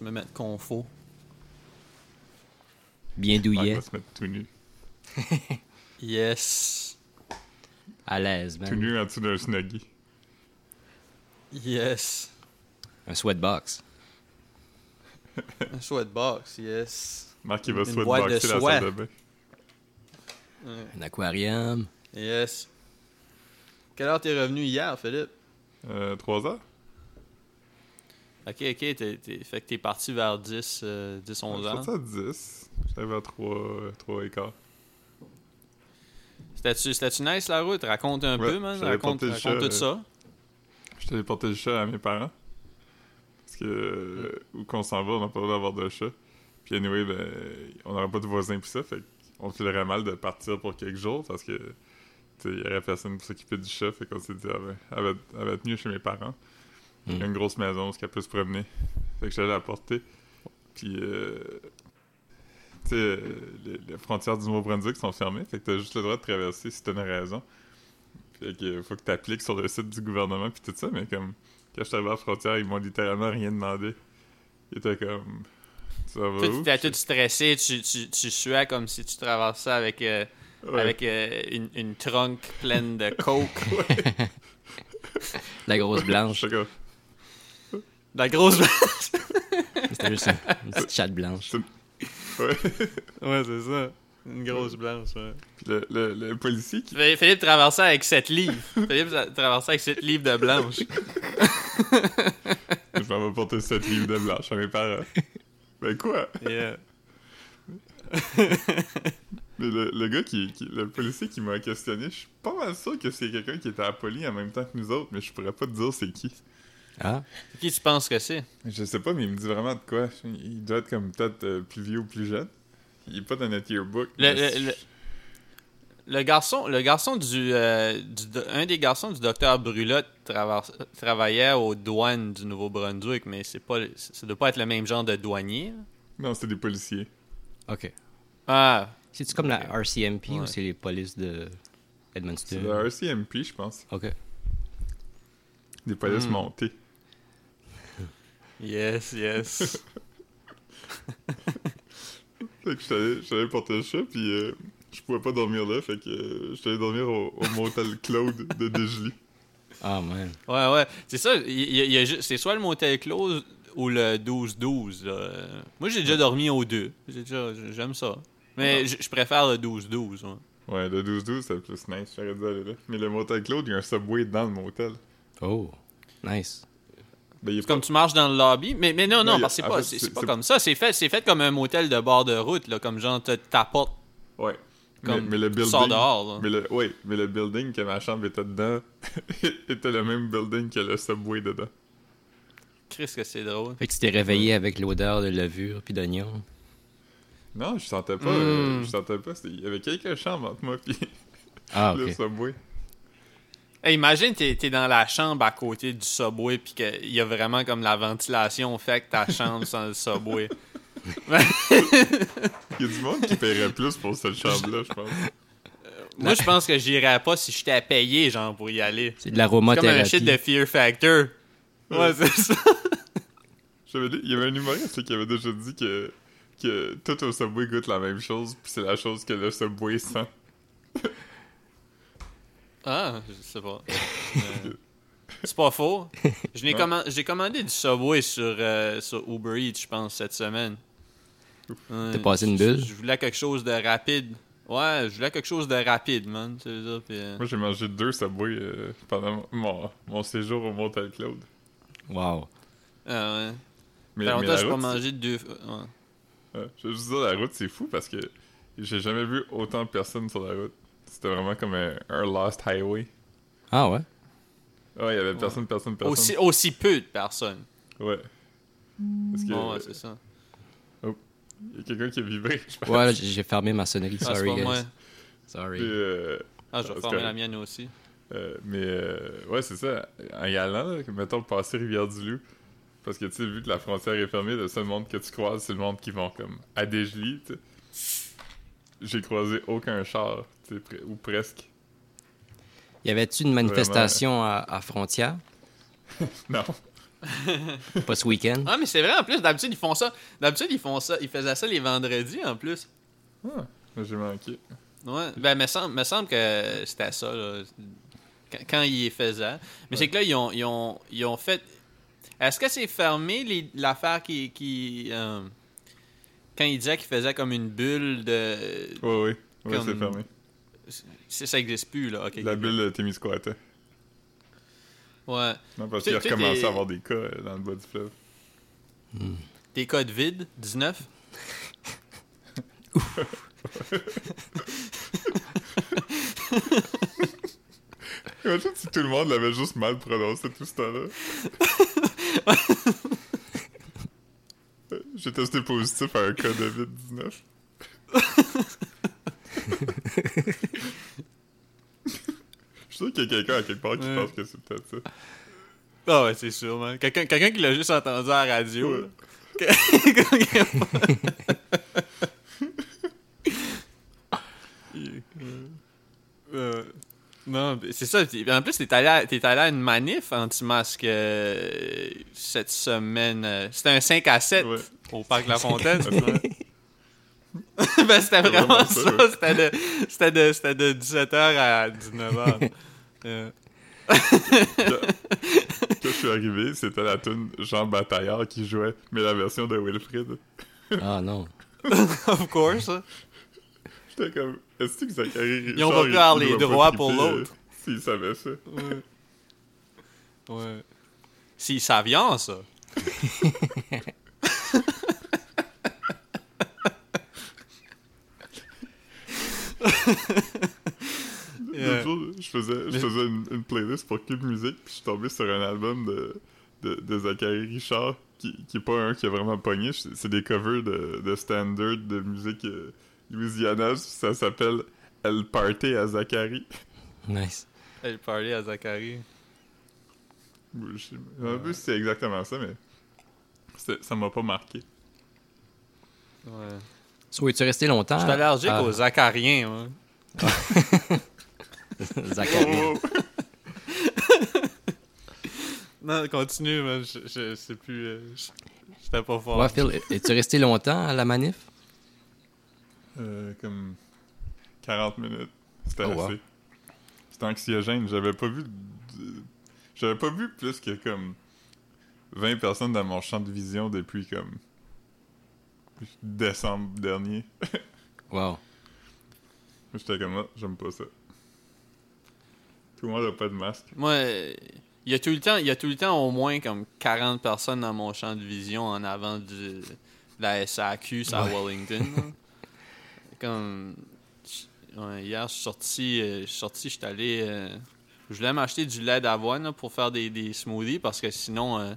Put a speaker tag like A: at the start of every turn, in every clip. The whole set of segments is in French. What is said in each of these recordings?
A: me mettre confo.
B: Bien
C: Ouais,
B: douillet.
C: va se mettre tout nu.
A: Yes.
B: À l'aise,
C: Tout
B: man.
C: nu en dessous d'un snuggie.
A: Yes.
B: Un sweatbox.
A: Un sweatbox, yes.
C: Marc, il va
A: Une
C: se
A: boîte de
C: boxer la
A: soie.
C: salle de bain.
B: Un aquarium.
A: Yes. Quelle heure t'es revenu hier, Philippe?
C: Euh, Trois heures?
A: Ok, ok, t'es, t'es- fait que t'es parti vers 10, euh, 10
C: Je
A: 11
C: suis sorti
A: ans.
C: à 10. J'étais à 3, 3 et quart.
A: C'était-tu, c'était-tu nice la route? Raconte un
C: Ouais,
A: peu, man.
C: j'avais
A: Raconte,
C: porté le
A: raconte
C: chat,
A: tout ça.
C: Je t'avais porté le chat à mes parents. Parce que euh, où qu'on s'en va, on n'a pas le droit d'avoir de chat. Puis anyway, ben, on n'aura pas de voisins pis ça, fait qu'on filerait mal de partir pour quelques jours parce que tu sais, il y aurait personne pour s'occuper du chat, fait qu'on s'est dit ah ben, elle va, elle va être mieux chez mes parents. Il y
A: Hmm.
C: a une grosse maison où elle peut se promener. Fait que j'allais la porter. Puis euh, tu sais, euh, les, les frontières du Nouveau-Brunswick sont fermées, fait que t'as juste le droit de traverser si t'as une raison. Fait que euh, faut que t'appliques sur le site du gouvernement puis tout ça, mais comme quand je suis arrivé à la frontière, ils m'ont littéralement rien demandé. Ils étaient comme ça va
A: Toi, tu
C: où?
A: t'es tout stressé, tu, tu, tu suais comme si tu traversais avec, euh,
C: Ouais.
A: avec euh, une, une trunk pleine de coke.
B: La grosse blanche.
C: J'étais comme,
A: La grosse.
B: C'était juste une, une petite chatte blanche.
C: ouais.
A: ouais, c'est ça. Une grosse blanche, ouais.
C: Puis le, le, le policier qui.
A: Philippe Philippe traversait avec 7 livres. Philippe tra- traversait avec 7 livres de blanche.
C: Je m'en vais porter 7 livres de blanche à mes parents. Ben quoi?
A: Yeah.
C: Mais le, le gars qui, qui- Le policier qui m'a questionné, je suis pas mal sûr que c'est quelqu'un qui était à la police en même temps que nous autres, mais je pourrais pas te dire c'est qui.
B: Ah,
A: Qui tu penses que c'est?
C: Je sais pas, mais il me dit vraiment de quoi. Il doit être comme peut-être euh, plus vieux ou plus jeune. Il est pas dans notre yearbook.
A: Le-
C: mais
A: le-
C: je-
A: Le garçon, le garçon du, euh, du do- un des garçons du docteur Brulotte traverse- travaillait aux douanes du Nouveau-Brunswick, mais c'est pas, le- ça doit pas être le même genre de douanier.
C: Non, c'est des policiers.
B: ok.
A: Ah,
B: C'est-tu comme la RCMP
A: Ouais.
B: ou c'est les polices de
C: C'est de la
B: Edmundston?
C: RCMP, je pense.
B: Ok.
C: Des polices
A: Hmm.
C: montées.
A: yes, yes.
C: Fait que j'allais, j'allais porter le chat, puis euh, je pouvais pas dormir là, fait que euh, j'allais dormir au, au motel Claude de Dejly.
B: Ah, man.
A: ouais, ouais. C'est ça, il y a- il y a ju- c'est soit le motel close ou le 12-12. là. Moi, j'ai déjà dormi aux deux. J'ai déjà- J'aime ça. Mais je je préfère le 12-12. ouais.
C: Ouais, le 12-12, c'est plus nice, j'aurais dû aller là. Mais le motel Claude, il y a un subway dans le motel.
B: Oh, nice.
C: Ben, il est
A: C'est comme tu marches dans le lobby. Mais, mais non, non,
C: Non, y a-
A: parce que c'est
C: en
A: pas,
C: fait,
A: c'est-
C: c'est-
A: c'est pas
C: c'est-
A: comme ça. C'est fait, c'est fait comme un motel de bord de route, là, comme genre, t'as- t'apportes,
C: pas- Ouais.
A: comme
C: mais, mais le
A: tu
C: building.
A: sors dehors. Là.
C: Mais le, ouais, mais le building que ma chambre était dedans était le même building que le subway dedans.
A: Chris, que c'est drôle.
B: Fait que tu t'es réveillé avec l'odeur de levure puis d'oignon.
C: Non, je sentais pas. euh,
A: Hmm.
C: je sentais pas. c'est- Il y avait quelques chambres entre moi, puis
B: Ah,
C: le
B: ok.
C: subway.
A: Hey, imagine, t'es es dans la chambre à côté du subway, puis qu'il y a vraiment comme la ventilation fait que ta chambre sent le subway.
C: Il y a du monde qui paierait plus pour cette chambre-là, je pense.
A: Moi, je pense que j'irais pas si j'étais à payer, genre, pour y aller.
B: C'est de
A: C'est comme un
B: l'aromathérapie.
A: shit de Fear Factor. Ouais, c'est ça.
C: J'avais dit- il y avait un humoriste là, qui avait déjà dit que, que tout au Subway goûte la même chose, puis c'est la chose que le Subway sent.
A: Ah, je sais pas. Euh, c'est pas faux. Je l'ai
C: Non.
A: comman- J'ai commandé du Subway sur, euh, sur Uber Eats, je pense, cette semaine. Ouais,
B: T'as passé une bulle?
A: Je, je voulais quelque chose de rapide. Ouais, je voulais quelque chose de rapide, man. tu sais, ça, puis, euh,
C: Moi, j'ai mangé deux Subway euh, pendant mon, mon séjour au Motel Claude.
B: Wow.
A: ah ouais.
C: Mais,
A: Fait
C: mais
A: longtemps
C: la
A: que j'ai pas
C: route,
A: mangé de deux. ouais.
C: c'est- ouais, je veux juste dire, la route, c'est fou parce que j'ai jamais vu autant de personnes sur la route. C'était vraiment comme un, un lost highway.
B: Ah, ouais?
C: Ouais, il y avait personne, personne, personne.
A: Aussi, aussi peu de personnes.
C: Ouais. Parce que
A: Ouais, ouais, c'est ça. Ah,
C: il y a quelqu'un qui a vibré, je pense.
B: Ouais, là, j'ai j'ai fermé ma sonnerie.
A: Ah, c'est
B: Sorry,
A: pas
B: guys.
A: moi.
C: Puis,
B: Sorry.
C: euh,
A: Ah, je vais
C: Ah, c'est
A: fermer la
C: correct.
A: mienne aussi.
C: Euh, mais euh, ouais, c'est ça. En y allant, là, mettons passer Rivière-du-Loup, parce que tu sais, vu que la frontière est fermée, le seul monde que tu croises, c'est le monde qui vont comme à Dégely, tu sais. J'ai croisé aucun char, tu sais, pre- ou presque. euh,
B: Y avait-tu une manifestation à, à Frontière?
C: Non.
B: Pas ce week-end.
A: Ah, mais c'est vrai, en plus, d'habitude, ils font ça. D'habitude, ils font ça. Ils faisaient ça les vendredis, en plus.
C: Ah, j'ai manqué.
A: Ouais. Ben, me semble, me semble que c'était ça, là. Quand, quand ils les faisaient. Mais c'est que là, ils ont, ils ont, ils ont fait. Est-ce que c'est fermé les- l'affaire qui. qui euh, Quand ils disaient qu'ils faisaient comme une bulle de.
C: Ouais, ouais. Ouais,
A: Comme-
C: c'est fermé.
A: Ça, ça existe plus, là. ok.
C: La bulle de Témiscouata.
A: Ouais.
C: Non, parce
A: Tu-
C: qu'il a
A: tu sais,
C: recommencé
A: t'es-
C: à avoir des cas euh, dans le bas du fleuve.
A: Des codes vides, 19.
C: Imagine si tout le monde l'avait juste mal prononcé tout ce temps-là. J'ai testé positif à un cas de COVID-19. Je suis sûr qu'il y a quelqu'un à quelque part qui
A: Ouais.
C: pense que c'est peut-être ça.
A: Ah ouais, c'est sûr, man. Quelqu'un quelqu'un qui l'a juste entendu à la radio.
C: Ouais.
A: là. Que- Euh, non, mais c'est ça. puis En plus, t'es allé, à- t'es allé à une manif anti-masque euh, cette semaine. euh, C'était un 5 à 7
C: Ouais.
A: au Parc La Fontaine.
C: Ah, Ouais.
A: ben, c'était
C: C'est
A: vraiment
C: vraiment
A: ça.
C: ça.
A: C'était de, c'était de, c'était de 17h à 19h. Euh,
C: Quand je suis arrivé, c'était la tune Jean Bataillard qui jouait, mais la version de Wilfrid.
B: Ah non.
A: of course. hein.
C: J'étais comme, est-ce que Zachary Richard...
A: Ils ont pas pu avoir les
C: il doit pas
A: droits pour
C: triper, euh,
A: l'autre.
C: S'il savait ça.
A: Ouais. Ouais. S'ils savions ça. euh,
C: L'autre jour, je faisais, je faisais une, une playlist pour Cube Music, puis je suis tombé sur un album de, de, de Zachary Richard, qui, qui est pas un qui a vraiment pogné. C'est c'est des covers de, de standard de musique euh, louisianaise, puis ça s'appelle El Party à Zachary.
B: Nice.
A: Elle parlait à Zachary.
C: Je sais un peu si c'est exactement ça, mais c'est- ça m'a pas marqué.
A: Ouais.
B: So, es-tu resté longtemps?
A: Je suis allergique
B: Ah,
A: aux Zachariens, moi.
B: Zacharie.
C: Oh, oh,
A: Non, continue, man. Je, je sais plus. euh, je- J'étais pas fort.
B: Ouais, Phil, es-tu resté longtemps à la manif?
C: oh. Euh, comme 40 minutes. C'était
B: Oh,
C: assez.
B: wow.
C: C'était anxiogène. J'avais pas vu. de- J'avais pas vu plus que comme 20 personnes dans mon champ de vision depuis comme décembre dernier.
B: Wow.
C: J'étais comme ah, j'aime pas ça. Tout le monde a pas de masque.
A: Moi, euh, il y a tout le temps, il y a tout le temps au moins comme 40 personnes dans mon champ de vision en avant du, de la SAQ sur
B: Ouais.
A: Wellington. là. comme je- ouais, hier, je suis sorti, euh, je suis sorti, je suis allé, euh, je voulais m'acheter du lait d'avoine là, pour faire des, des smoothies parce que sinon, euh,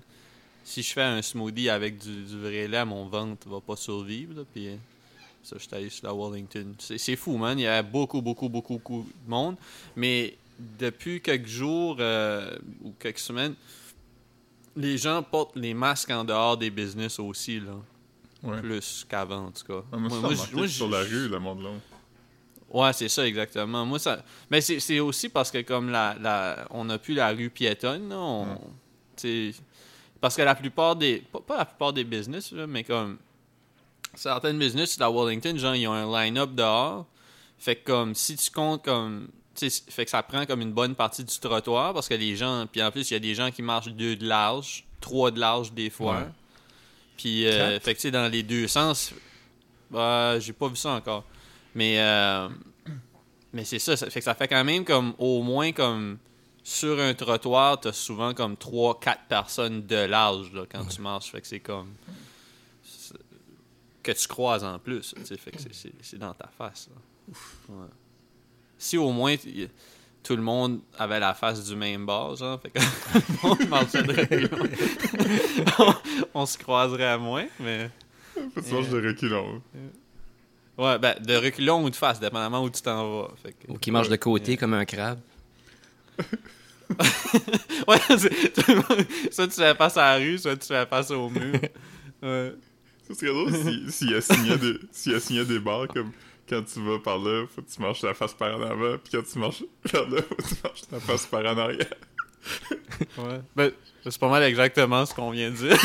A: si je fais un smoothie avec du, du vrai lait, mon ventre va pas survivre. là, puis euh, ça, je suis allé sur la Wellington. C'est c'est fou, man. Il y a beaucoup, beaucoup, beaucoup, beaucoup de monde. Mais depuis quelques jours euh, ou quelques semaines, les gens portent les masques en dehors des business aussi, là.
C: Ouais.
A: Plus qu'avant, en tout cas.
C: Ah, moi, ça
A: Moi, moi,
C: m'a marqué
A: moi,
C: sur la rue, le monde long.
A: Ouais, c'est ça, exactement. Moi, ça... Mais c'est c'est aussi parce que comme la, la... on n'a plus la rue piétonne, là, on-
C: Mm.
A: t'sais, Parce que la plupart des... Pas, pas la plupart des business, là, mais comme... Certaines business la Wellington, genre, ils ont un line-up dehors. Fait que comme, si tu comptes comme... t'sais, Fait que ça prend comme une bonne partie du trottoir parce que les gens... Puis en plus, il y a des gens qui marchent deux de large, trois de large des fois.
B: Ouais.
A: Puis, euh, fait que tu sais, dans les deux sens, bah, j'ai pas vu ça encore. Mais, euh, mais c'est ça, ça fait que ça fait quand même comme au moins comme sur un trottoir, t'as souvent comme 3-4 personnes de l'âge là, quand tu marches. Fait que c'est comme. c'est- que tu croises en plus. tu sais, Fait que c'est, c'est- c'est dans ta face. là. Ouais. Si au moins t- tout le monde avait la face du même bord, genre, fait que le monde marchait de on, on se croiserait à moins, mais.
C: Faut se manger de reculons.
A: Ouais, ben, de reculons ou de face, dépendamment où tu t'en vas. Fait que-
B: Ou qui marche de côté comme un crabe?
A: Ouais, c'est- tout le monde- soit tu fais face à la rue, soit tu fais face au mur. Ouais.
C: Ce serait drôle si, si elle signait des, si elle signait des barres comme quand tu vas par là, faut que tu marches la face par en avant, puis quand tu marches par là, faut que tu marches la face par en arrière. Ouais.
A: Ben, c'est pas mal exactement ce qu'on vient de dire.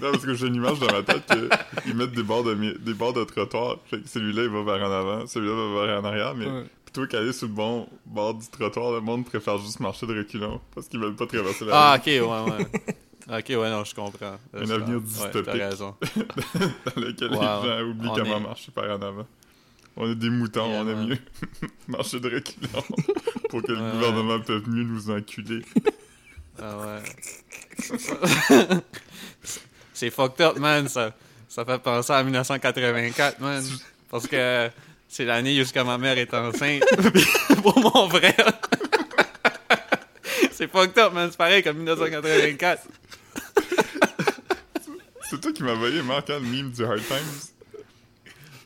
C: Non, parce que j'ai une image dans ma tête qu'ils mettent des bords de, mi- des bords de trottoir. Fait que celui-là, il va vers en avant, celui-là va vers en arrière, mais
D: Ouais.
C: plutôt qu'aller sur le bon bord du trottoir, le monde préfère juste marcher de reculons parce qu'ils veulent pas traverser la
A: ah, ok, ouais, ouais. Ok, ouais, non, je comprends.
C: Un avenir dystopique.
A: Ouais, t'as raison.
C: dans laquelle
A: Wow.
C: les gens oublient
A: On
C: comment
A: est-
C: marcher par en avant. On est des moutons, on
A: Vraiment.
C: aime mieux marcher de reculons pour que le
A: Ouais.
C: gouvernement puisse mieux nous enculer.
A: Ah, ouais. c'est fucked up, man. Ça, ça fait penser à 1984, man. Parce que c'est l'année jusqu'à ma mère est enceinte. Pour mon frère. c'est fucked up, man. C'est pareil comme 1984.
C: C'est toi qui m'as envoyé, Marc, hein, le meme du Hard Times.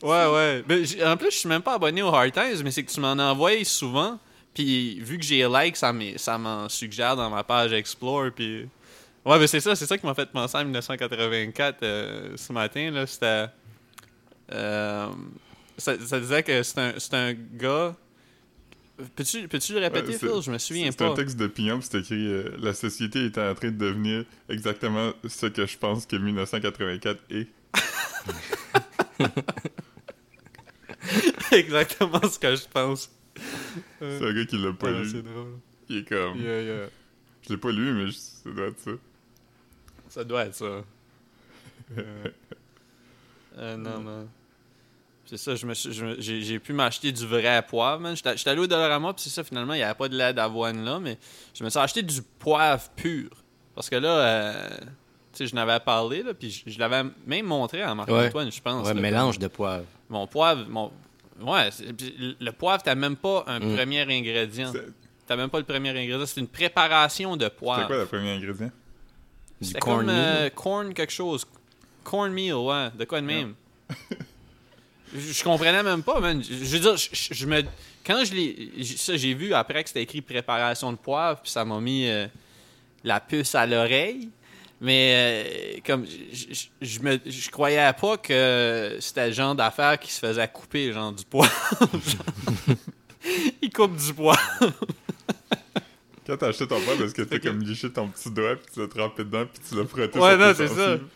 A: Ouais, ouais. Mais j'- en plus, je suis même pas abonné au Hard Times, mais c'est que tu m'en envoies souvent. Puis vu que j'ai like, ça m'est- ça m'en suggère dans ma page Explore. Puis. Ouais, mais c'est ça, c'est ça qui m'a fait penser à 1984 euh, ce matin. là C'était. euh, ça, ça disait que c'est un, c'est un gars. Peux-tu peux le répéter,
C: Ouais, Euh, c'est-
A: Phil Je me souviens
C: C'est un
A: pas.
C: texte de Pignon, c'est écrit euh, La société est en train de devenir exactement ce que je pense que 1984 est.
A: exactement ce que je pense.
C: C'est un gars qui l'a pas
A: Ouais,
C: lu.
A: c'est drôle.
C: Il est comme.
A: Yeah, yeah.
C: Je l'ai pas lu, mais je- ça doit être ça.
A: Ça doit être ça. Euh, non, man. C'est ça, je me suis- je me- j'ai j'ai pu m'acheter du vrai poivre, man. J'étais j'étais allé au Dollarama, puis c'est ça, finalement, il n'y avait pas de lait d'avoine là, mais je me suis acheté du poivre pur. Parce que là, euh, tu sais, je n'avais parlé, là, puis je, je l'avais même montré à Marc-Antoine, je pense.
B: Ouais,
A: là,
B: mélange de poivre.
A: Mon poivre, mon... Ouais, c'est- puis le poivre, t'as même pas un
B: Mm.
A: premier ingrédient.
C: C'est-
A: T'as même pas le premier ingrédient, c'est une préparation de poivre.
C: C'était quoi le premier ingrédient
B: Du
A: C'était comme
B: cornmeal.
A: euh, corn quelque chose. Cornmeal, ouais, de quoi de même. je, je comprenais même pas, man. Je, je veux dire, je, je- je me. Quand je l'ai. j- Ça, j'ai vu après que c'était écrit préparation de poivre, puis ça m'a mis euh, la puce à l'oreille. Mais euh, comme je, je- je me je croyais pas que c'était le genre d'affaire qui se faisait couper genre du poivre. Il coupe du poivre.
C: Quand t'as acheté ton poivre, est-ce que t'as comme liché ton petit doigt, puis tu l'as trempé dedans, puis tu l'as frotté
A: Ouais,
C: sur
A: non,
C: tes
A: c'est ça.
C: gencives?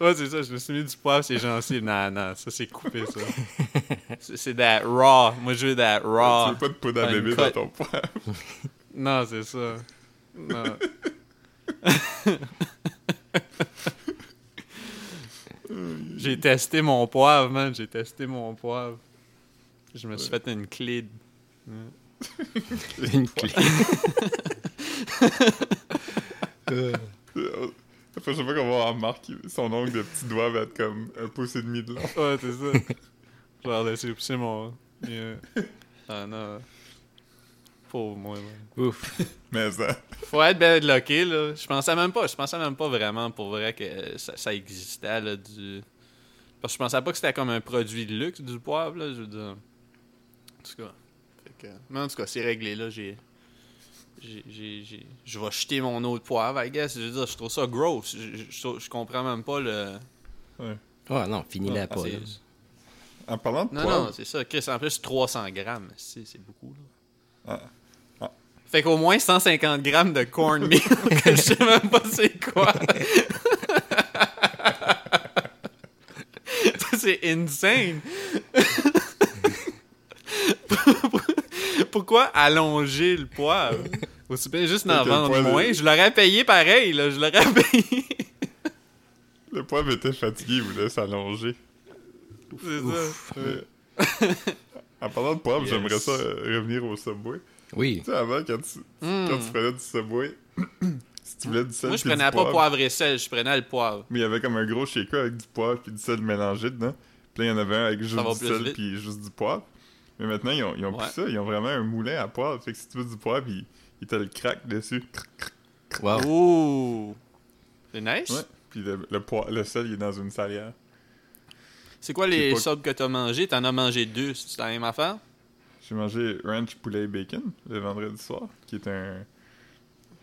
A: Ouais, c'est ça, je me suis mis du poivre, c'est gentil. Non, non, ça c'est coupé, ça. C'est- c'est that raw. Moi, je veux that
C: Tu
A: raw.
C: veux pas de poudre à
A: T'as Ah, une
C: bébé
A: cote.
C: dans ton poivre.
A: Non, c'est ça. Non. j'ai testé mon poivre, man. J'ai testé mon poivre. Je me suis fait une clé.
B: Une clé.
C: Euh, La prochaine fois qu'on va voir Marc, il- son ongle de petit doigt va être comme un pouce et demi de long.
A: Ouais, c'est ça. Genre, laisser pousser mon. Yeah. Ah non. Pauvre moi, man.
B: Ouf.
C: Mais euh, ça.
A: Faut être bien loqué, là. Je pensais même pas, je pensais même pas vraiment pour vrai que euh, ça, ça existait, là, du... Parce que je pensais pas que c'était comme un produit de luxe, du poivre, là, je veux dire. En tout cas. Fait que- Mais en tout cas, c'est réglé, là, j'ai... j'ai- j'ai- j'ai- Je vais jeter mon eau de poivre, I guess. Je veux dire, je trouve ça gross. Je, je- je trouve- je comprends même pas le...
B: Oh non, finis la
A: Ah,
B: pas.
A: c'est-
B: là.
C: En parlant de
A: non,
C: poivre,
A: non, c'est ça. Chris, en plus, 300 grammes, c'est c'est beaucoup, là.
C: Ah. Ah.
A: Fait qu'au moins 150 grammes de cornmeal, que je sais même pas c'est quoi. Ça, c'est insane. Pourquoi allonger le poivre? Aussi bien juste en
C: Peut-être le
A: vendre
C: poivre est-
A: moins. Je l'aurais payé pareil, là. Je l'aurais payé.
C: le poivre était fatigué, il voulait s'allonger.
A: C'est ça.
C: Mais- en parlant de poivre,
A: Yes.
C: j'aimerais ça euh, revenir au Subway.
B: Oui.
C: Tu sais, avant, quand tu,
A: Hmm.
C: quand tu prenais du Subway, si tu voulais du sel
A: Moi, je
C: puis du
A: prenais pas poivre et sel, je prenais le poivre.
C: Mais il y avait comme un gros shaker avec du poivre puis du sel mélangé dedans. Puis là, il y en avait un avec juste
A: Ça va
C: du
A: plus
C: sel
A: vite.
C: puis juste du poivre. Mais maintenant, ils ont, ils ont
A: Ouais.
C: plus ça. Ils ont vraiment un moulin à poivre. Fait que si tu veux du poivre, ils, ils te le craquent dessus.
B: Wow.
A: Ouh! Oh. C'est nice.
C: Ah. Ouais. Puis le, le, poi- le sel, il est dans une salière.
A: C'est quoi les
C: Je sais
A: sobs que t'as mangé? T'en as mangé deux, c'est la même affaire?
C: J'ai mangé ranch poulet et bacon le vendredi soir, qui est un.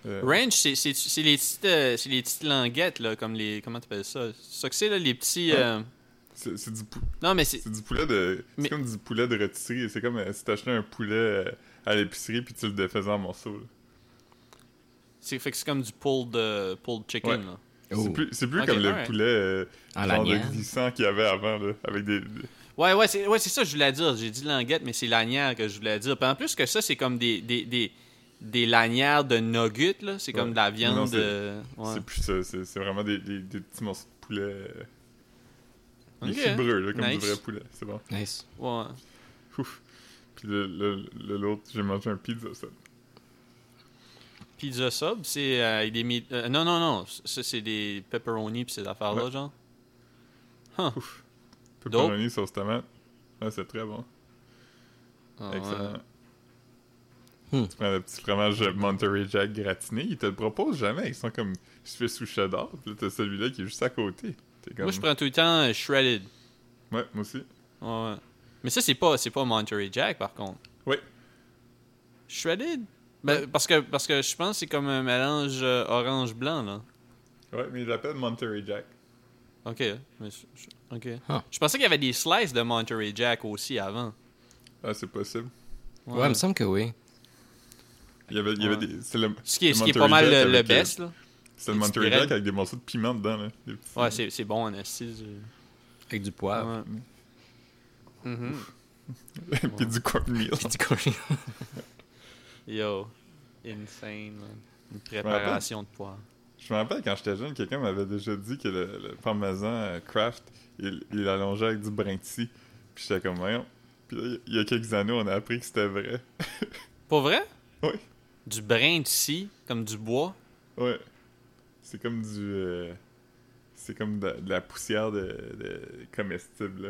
C: euh,
A: Ranch, c'est- c'est c'est les petites euh, c'est les petites languettes, là, comme les. Comment t'appelles ça? C'est ça que c'est là, les petits.
C: Ouais.
A: euh,
C: C'est c'est du, pou-
A: Non mais c'est.
C: c'est du poulet de.
A: Mais-
C: C'est comme du poulet de rôtisserie. C'est comme euh, si t'achetais un poulet euh, à l'épicerie puis tu le défaisais en morceaux. là.
A: C'est fait que c'est comme du pulled, euh, pulled chicken.
C: Ouais.
A: là.
B: Oh.
C: C'est plus, c'est plus
A: Ok,
C: comme le
A: alright.
C: poulet euh,
B: En
C: genre de
B: lanière.
C: glissant qu'il y avait avant, là, avec des... des-
A: Ouais, ouais, c'est ouais, c'est ça que je voulais dire. J'ai dit languette, mais c'est lanière que je voulais dire. Puis en plus que ça, c'est comme des, des, des, des lanières de nuggets, là. C'est comme
C: Ouais.
A: de la viande.
C: Non, c'est-
A: euh, ouais.
C: C'est plus ça, c'est c'est vraiment des, des, des petits morceaux de poulet... euh, des
A: Ok.
C: fibreux, là, comme
A: Nice.
C: du vrai poulet, c'est bon.
B: Nice.
A: Ouais.
C: Ouf. Puis le- le- le- l'autre, j'ai mangé un pizza, ça.
A: Pizza sub, c'est euh, des mi- euh, non non non, ça c'est des pepperoni puis ces affaires là
C: Ouais.
A: genre.
C: Pepperoni, sauce tomate. Ouais, c'est très bon.
A: Ah, ouais.
C: Excellent.
B: Hmm.
C: Tu prends le petit fromage Monterey Jack gratiné, ils te le proposent jamais. Ils sont comme, je fais sous cheddar, puis là, t'as celui-là qui est juste à côté. T'es comme,
A: Moi je prends tout le temps euh, shredded.
C: ouais, moi aussi.
A: Ouais, ouais. Mais ça c'est pas c'est pas Monterey Jack par contre.
C: Oui.
A: Shredded. Ben, parce que parce que je pense que c'est comme un mélange euh, orange blanc là.
C: Ouais, mais ils l'appellent Monterey Jack.
A: OK. mais je- je- OK.
B: Ah.
A: Je pensais qu'il y avait des slices de Monterey Jack aussi avant.
C: Ah, c'est possible.
B: Ouais, il me semble que oui.
C: Il y avait, il y avait
A: Ouais.
C: des. C'est le,
A: Ce qui est,
C: le
A: ce qui est pas
C: Monterey
A: mal
C: Jack
A: le, le
C: avec, euh,
A: best là.
C: C'est le
A: Des
C: Monterey
A: petits graines.
C: Jack avec des morceaux de piment dedans, là. Des petits-
A: Ouais, c'est c'est bon en assise. euh.
B: Avec du poivre.
C: Mm.
A: Ouais. Mhm.
C: Puis du cornmeal.
B: Puis du curry.
A: Yo, insane, man. Une préparation de poire.
C: Je me rappelle quand j'étais jeune, quelqu'un m'avait déjà dit que le, le parmesan euh, Kraft, il, il allongeait avec du brincy. Puis j'étais comme, voyons. Puis là, il y a quelques années, on a appris que c'était vrai.
A: Pour vrai?
C: Oui.
A: Du brin de scie, comme du bois.
C: Ouais. C'est comme du. euh, c'est comme de, de la poussière de, de comestible. là.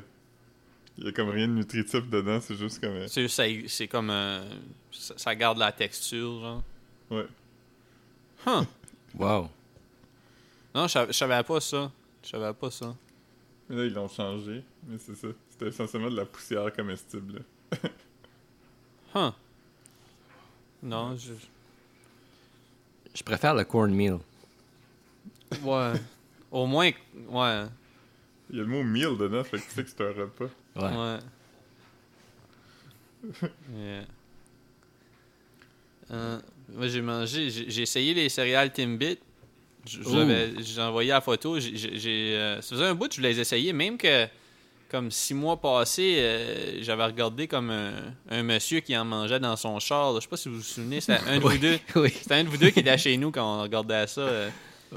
C: Il y a comme rien de nutritif dedans, c'est juste comme. euh,
A: C'est- C'est c'est comme. euh, ça, ça garde la texture, genre.
C: Ouais.
A: Huh.
B: Wow.
A: Non, je sav- je savais pas ça. Je savais pas ça.
C: Mais là, ils l'ont changé. Mais c'est ça. C'était essentiellement de la poussière comestible. là.
A: Huh. Non, je.
B: Je préfère le cornmeal.
A: Ouais. Au moins. Ouais.
C: Il y a le mot meal dedans, fait que tu sais que c'est un repas.
B: Ouais.
A: Ouais. Yeah. Euh, moi, j'ai mangé, j'ai j'ai essayé les céréales Timbit. J-
B: Ouh.
A: j'avais- J'ai envoyé la photo. j'ai- j'ai- j'ai, euh, ça faisait un bout que je voulais les essayer, même que, comme six mois passés, euh, j'avais regardé comme un, un monsieur qui en mangeait dans son char. là. Je sais pas si vous vous souvenez, c'était un de vous deux.
B: Oui.
A: C'était un de vous deux qui était chez nous quand on regardait ça. euh.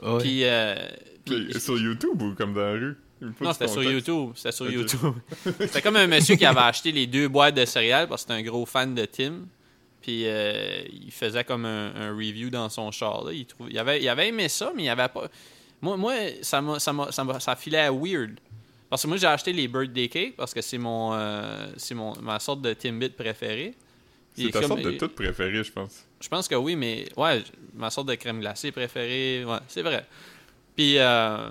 B: Ouais.
A: Puis, euh, puis-
C: Puis, sur YouTube ou comme dans la rue Il faut
A: non,
C: du
A: c'était sur
C: contexte.
A: YouTube. C'était sur
C: Ok.
A: YouTube. c'était comme un monsieur qui avait acheté les deux boîtes de céréales parce que c'était un gros fan de Tim. Puis euh, il faisait comme un, un review dans son char. là. Il, trouvait, il, avait, il avait aimé ça, mais il avait pas. Moi, moi ça, m'a, ça, m'a- ça, m'a- ça filait à weird. Parce que moi, j'ai acheté les birthday cakes parce que c'est, mon, euh, c'est mon, ma sorte de Timbit préférée. Il
C: C'est
A: est
C: ta
A: comme-
C: sorte de toute préférée, je pense.
A: je pense que oui, mais ouais, j- ma sorte de crème glacée préférée. Ouais, c'est vrai. Puis. euh,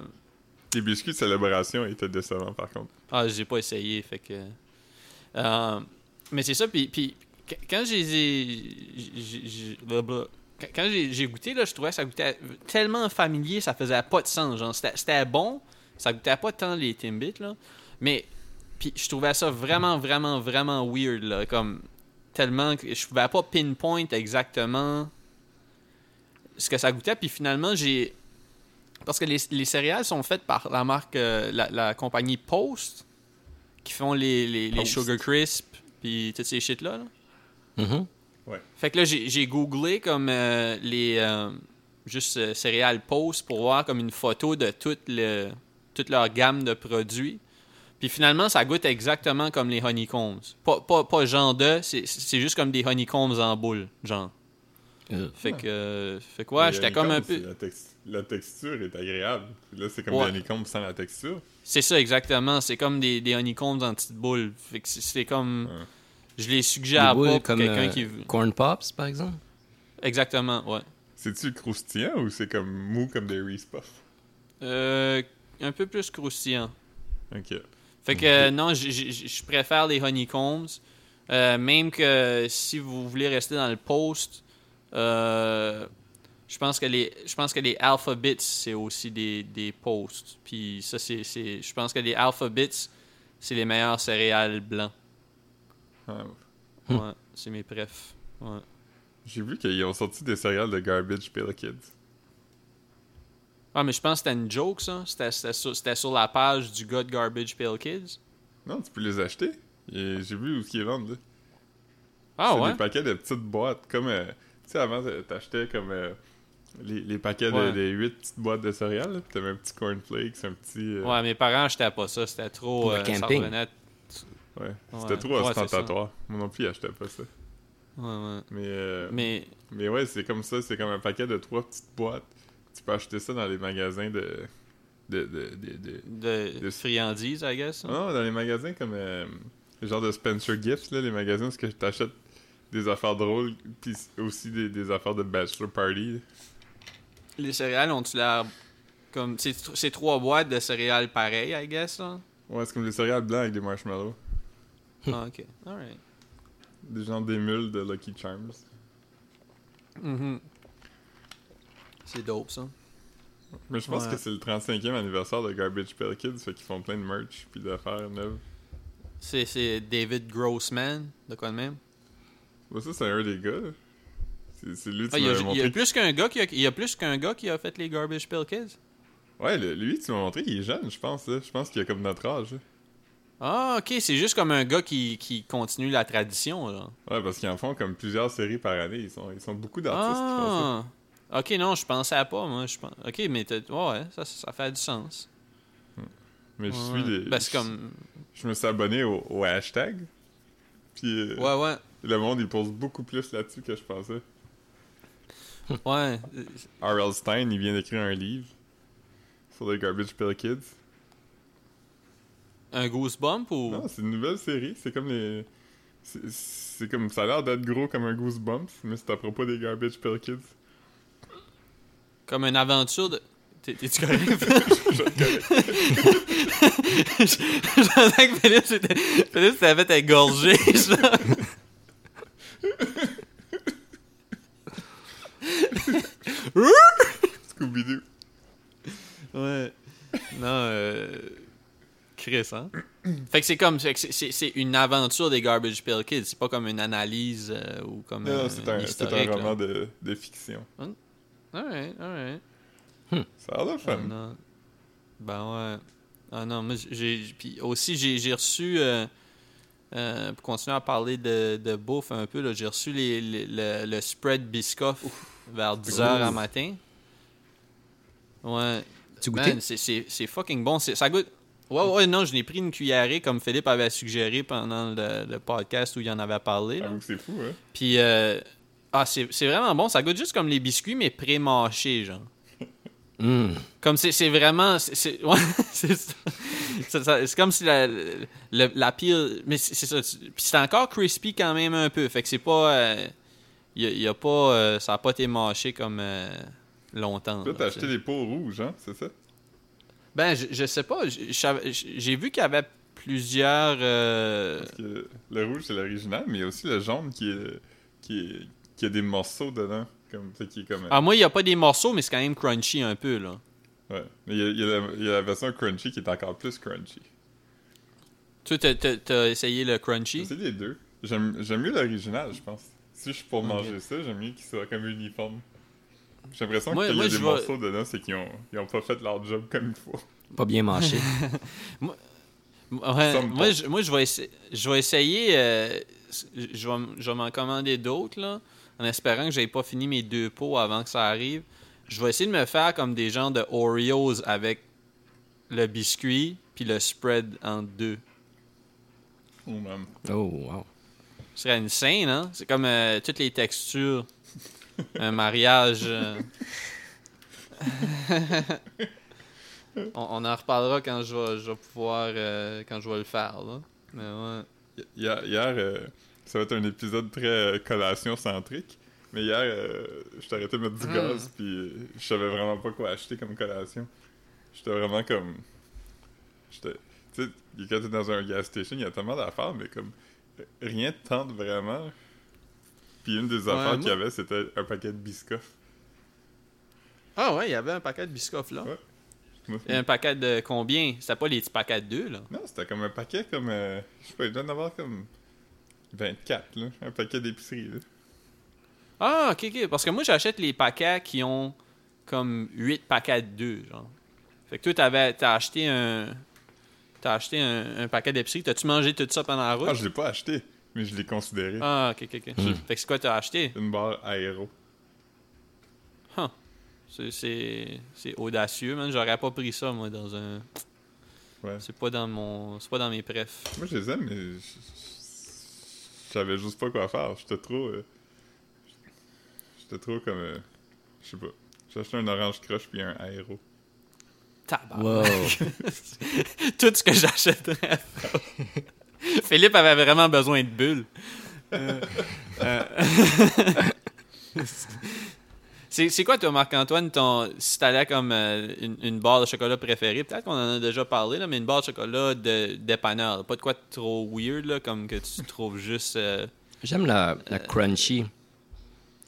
C: Tes biscuits de célébration étaient décevants, par contre.
A: Ah, j'ai pas essayé, fait que. Euh, mais c'est ça, puis, puis qu- quand j'ai j'ai- j'ai- blablabla. Quand- quand j'ai j'ai goûté là, je trouvais que ça goûtait tellement familier, ça faisait pas de sens. Genre, c'était- c'était bon, ça goûtait pas tant les Timbits là, mais puis je trouvais ça vraiment, vraiment, vraiment weird là, comme tellement que je pouvais pas pinpoint exactement ce que ça goûtait. Puis finalement, j'ai. Parce que les, les céréales sont faites par la marque, euh, la, la compagnie Post, qui font les, les, les
C: Post.
A: Sugar Crisp, puis toutes ces shit-là. là.
B: Mhm.
A: Fait que là, j'ai j'ai googlé comme euh, les. euh, juste euh, céréales Post pour voir comme une photo de toute, le, toute leur gamme de produits. Puis finalement, ça goûte exactement comme les honeycombs. Pas, pas, pas genre de, c'est c'est juste comme des honeycombs en boule, genre.
B: Euh,
A: Fait que, euh, fait que
C: Les
A: ouais, j'étais comme un
C: honeycombs,
A: peu.
C: c'est La, tex- la texture est agréable. Là, c'est comme
A: Ouais.
C: des honeycombs sans la texture.
A: C'est ça, exactement. C'est comme des, des honeycombs en petites boules. Fait que c'est- c'est comme.
C: Ouais.
A: Je les
B: des
A: suggère
B: boules
A: pas pour
B: comme
A: quelqu'un
B: euh,
A: qui veut.
B: corn pops, par exemple.
A: Exactement, ouais.
C: C'est-tu croustillant ou c'est comme mou comme des Reese Puffs?
A: Euh, un peu plus croustillant.
C: Ok.
A: Fait que euh, non, j- j- j- je préfère les honeycombs. Euh, même que si vous voulez rester dans le post, euh, je pense que les je pense que les alphabets c'est aussi des, des posts. Puis ça c'est c'est- je pense que les alphabets c'est les meilleurs céréales blancs.
C: Ah,
A: Ouais, c'est mes prefs. Ouais.
C: J'ai vu qu'ils ont sorti des céréales de Garbage Pail Kids.
A: Ah, mais je pense que c'était une joke, ça. C'était, c'était sur, c'était sur la page du gars de Garbage Pail Kids.
C: Non, tu peux les acheter. Et J'ai vu où ils vendent. Là.
A: Ah
C: c'est
A: ouais?
C: des paquets de petites boîtes. Comme, euh, tu sais, avant, euh, t'achetais comme euh, les, les paquets
A: Ouais.
C: de, des 8 petites boîtes de céréales. là, Puis t'avais un petit cornflakes, un petit. euh,
A: Ouais, mes parents achetaient pas ça. C'était trop.
B: Pour le
A: euh, ça
B: camping.
A: revenait-
C: ouais.
A: Ouais.
C: C'était trop
A: Ouais, c'est
C: ostentatoire. Moi non plus, j'achetais pas ça.
A: Ouais, ouais.
C: Mais, euh, mais...
A: Mais
C: ouais, c'est comme ça. C'est comme un paquet de trois petites boîtes. Tu peux acheter ça dans les magasins de. de, de, de, de-
A: de,
C: De-
A: friandises, I guess. hein?
C: Ah Non, dans les magasins comme. euh, le genre de Spencer Gifts, là, les magasins, parce que t'achètes des affaires drôles, puis aussi des, des affaires de Bachelor Party. là.
A: Les céréales ont-tu l'air. Comme, c'est, tr- c'est trois boîtes de céréales pareilles, I guess. Là?
C: Ouais, c'est comme des céréales blancs avec des marshmallows.
A: ah, ok. Alright.
C: Des gens d'émules de Lucky Charms. Mm-hmm.
A: Mhm. C'est dope, ça.
C: Mais je pense
A: Ouais.
C: que c'est le 35e anniversaire de Garbage Pail Kids, fait qu'ils font plein de merch puis d'affaires neuves.
A: C'est, c'est David Grossman, de quoi de même.
C: Bah, ça, c'est un des gars. là. C'est c'est lui, tu
A: Ah, il, y a,
C: m'avais
A: il y a
C: montré.
A: plus qu'un gars qui a, il y a plus qu'un gars qui a fait les Garbage Pail Kids.
C: Ouais, le- lui, tu m'as montré, il est jeune, je pense. là. Je pense qu'il a comme notre âge. là.
A: Ah, ok, c'est juste comme un gars qui, qui continue la tradition, là.
C: Ouais, parce qu'ils en font comme plusieurs séries par année. Ils sont, ils sont beaucoup d'artistes qui font ça.
A: Ah, ok, non, je pensais à pas, moi. Je pense... Ok, mais t'as- ouais, ça, ça fait du sens.
C: Mais je suis
A: Ouais.
C: des.
A: Ben, c'est
C: je-
A: comme.
C: Je me suis abonné au, au hashtag. Puis euh,
A: Ouais, ouais.
C: le monde, il pose beaucoup plus là-dessus que je pensais.
A: Ouais.
C: R.L. Stein, il vient d'écrire un livre sur les Garbage Pail Kids.
A: Un goosebump ou.
C: Non, c'est une nouvelle série. C'est comme les. c'est- C'est comme. Ça a l'air d'être gros comme un Goosebumps, mais c'est à propos des Garbage Pail Kids.
A: Comme une aventure de. T'es- T'es-tu correct? J'entends que Félix était. Félix t'avait fait égorger, genre.
C: Scooby-Doo.
A: Ouais. Non, euh. Chris, hein? Fait que c'est comme. fait que c'est- C'est c'est une aventure des Garbage Pail Kids. C'est pas comme une analyse euh, ou comme.
C: Non,
A: euh,
C: c'est un, c'est un
A: historique, là.
C: roman de, de fiction.
A: Alright, alright.
C: Ça a l'air
A: Ah
C: fun.
A: non. Ben ouais. Ah non, moi j'ai. Puis aussi, j'ai j'ai reçu. euh, euh, pour continuer à parler de, de bouffe un peu, là, j'ai reçu les, les- le, le spread Biscoff vers 10h à
C: Ouh.
A: matin. Ouais.
B: Tu goûtais?
A: Man, c'est- c'est c'est fucking bon. C'est- Ça goûte. Ouais, ouais, non, je n'ai pris une cuillerée comme Philippe avait suggéré pendant le, le podcast où il en avait parlé. là.
C: J'avoue que c'est fou, hein.
A: Puis, euh, ah, c'est c'est vraiment bon. Ça goûte juste comme les biscuits, mais pré-mâchés, genre.
B: Hum.
A: Comme c'est c'est vraiment. C'est c'est- ouais, c'est ça. Ça- ça- c'est comme si la, le- la pile. Mais c'est c'est ça. tu- Puis c'est encore crispy quand même un peu. Fait que c'est pas. euh, y a, y a pas euh, ça a pas été mâché comme euh, longtemps.
C: Toi,
A: là,
C: t'as
A: tu
C: acheté
A: sais.
C: des pots rouges, hein, c'est ça?
A: Euh. Ben, je, je sais pas. je- je savais- je- J'ai vu qu'il y avait plusieurs. euh,
C: Parce que le rouge, c'est l'original, mais il y a aussi le jaune qui est. qui, est, qui a des morceaux dedans. Comme, fait qu'il est comme.
A: Ah, moi, il n'y a pas des morceaux, mais c'est quand même crunchy un peu, là.
C: Ouais. Mais il y, a, il y a la, il y a la version crunchy qui est encore plus crunchy.
A: Tu sais, t'as- t'as t'as essayé le crunchy?
C: C'est les deux. J'aime j'aime mieux l'original, je pense. Si je suis pour manger ça, j'aime mieux qu'il soit comme uniforme. J'ai l'impression
A: Moi-
C: qu'il y
A: moi,
C: a
A: je vais-
C: des morceaux dedans, c'est qu'ils ont, ils ont pas fait leur job comme il faut.
B: Pas bien mâché.
A: Ouais,
C: Somme
A: moi,
C: pas.
A: je, moi, je vais essayer. Je vais essayer. euh, je vais, m- je vais m'en commander d'autres, là, en espérant que j'aie pas fini mes deux pots avant que ça arrive. Je vais essayer de me faire comme des genres de Oreos avec le biscuit puis le spread en deux.
C: Oh man.
B: Oh, wow.
A: Ce serait une scène, hein? C'est comme euh, toutes les textures. Un mariage. euh. on, on en reparlera quand je vais, je vais pouvoir. euh, quand je vais le faire, là. Mais ouais.
C: Hier, hier, euh, ça va être un épisode très euh, collation centrique. Mais hier, euh, je t'ai arrêté de mettre du
A: Mm.
C: gaz, puis euh, je savais vraiment pas quoi acheter comme collation. J'étais vraiment comme. J'étais. Tu sais, quand t'es dans un gas station, il y a tellement d'affaires, mais comme. Rien te tente vraiment. Puis une des affaires qu'il y
A: moi-
C: avait, c'était un paquet de biscoffs.
A: Ah ouais, il y avait un paquet de biscoffs là.
C: Ouais.
A: Et un paquet de combien C'était pas les petits paquets de deux là.
C: Non, c'était comme un paquet comme. euh, je sais pas, il doit en avoir comme. 24, là. Un paquet d'épicerie, là.
A: Ah, ok, ok. Parce que moi, j'achète les paquets qui ont comme 8 paquets de 2, genre. Fait que toi, t'avais, t'as acheté un. T'as acheté un, un paquet d'épicerie. T'as-tu mangé tout ça pendant la route?
C: Ah, je l'ai pas acheté, mais je l'ai Mm. considéré.
A: Ah, ok, ok, ok.
B: Hmm.
A: Fait que c'est quoi t'as acheté?
C: Une barre aéro.
A: C'est, c'est, c'est audacieux, man. J'aurais pas pris ça, moi, dans un.
C: Ouais.
A: C'est pas dans mon. C'est pas dans mes prefs.
C: Moi, je les aime, mais je- je- j'avais juste pas quoi faire. J'étais trop. euh, J'étais trop comme. euh, Je sais pas. J'ai acheté un orange crush puis un aéro.
A: Tabarnak.
B: Wow.
A: tout ce que j'achèterais. Philippe avait vraiment besoin de bulles. Euh, euh, c'est c'est quoi, toi, Marc-Antoine, ton, si t'allais comme euh, une, une barre de chocolat préférée? Peut-être qu'on en a déjà parlé, là, mais une barre de chocolat de dépanneur. là. Pas de quoi de trop weird, là, comme que tu trouves juste... euh,
B: J'aime la, la crunchy.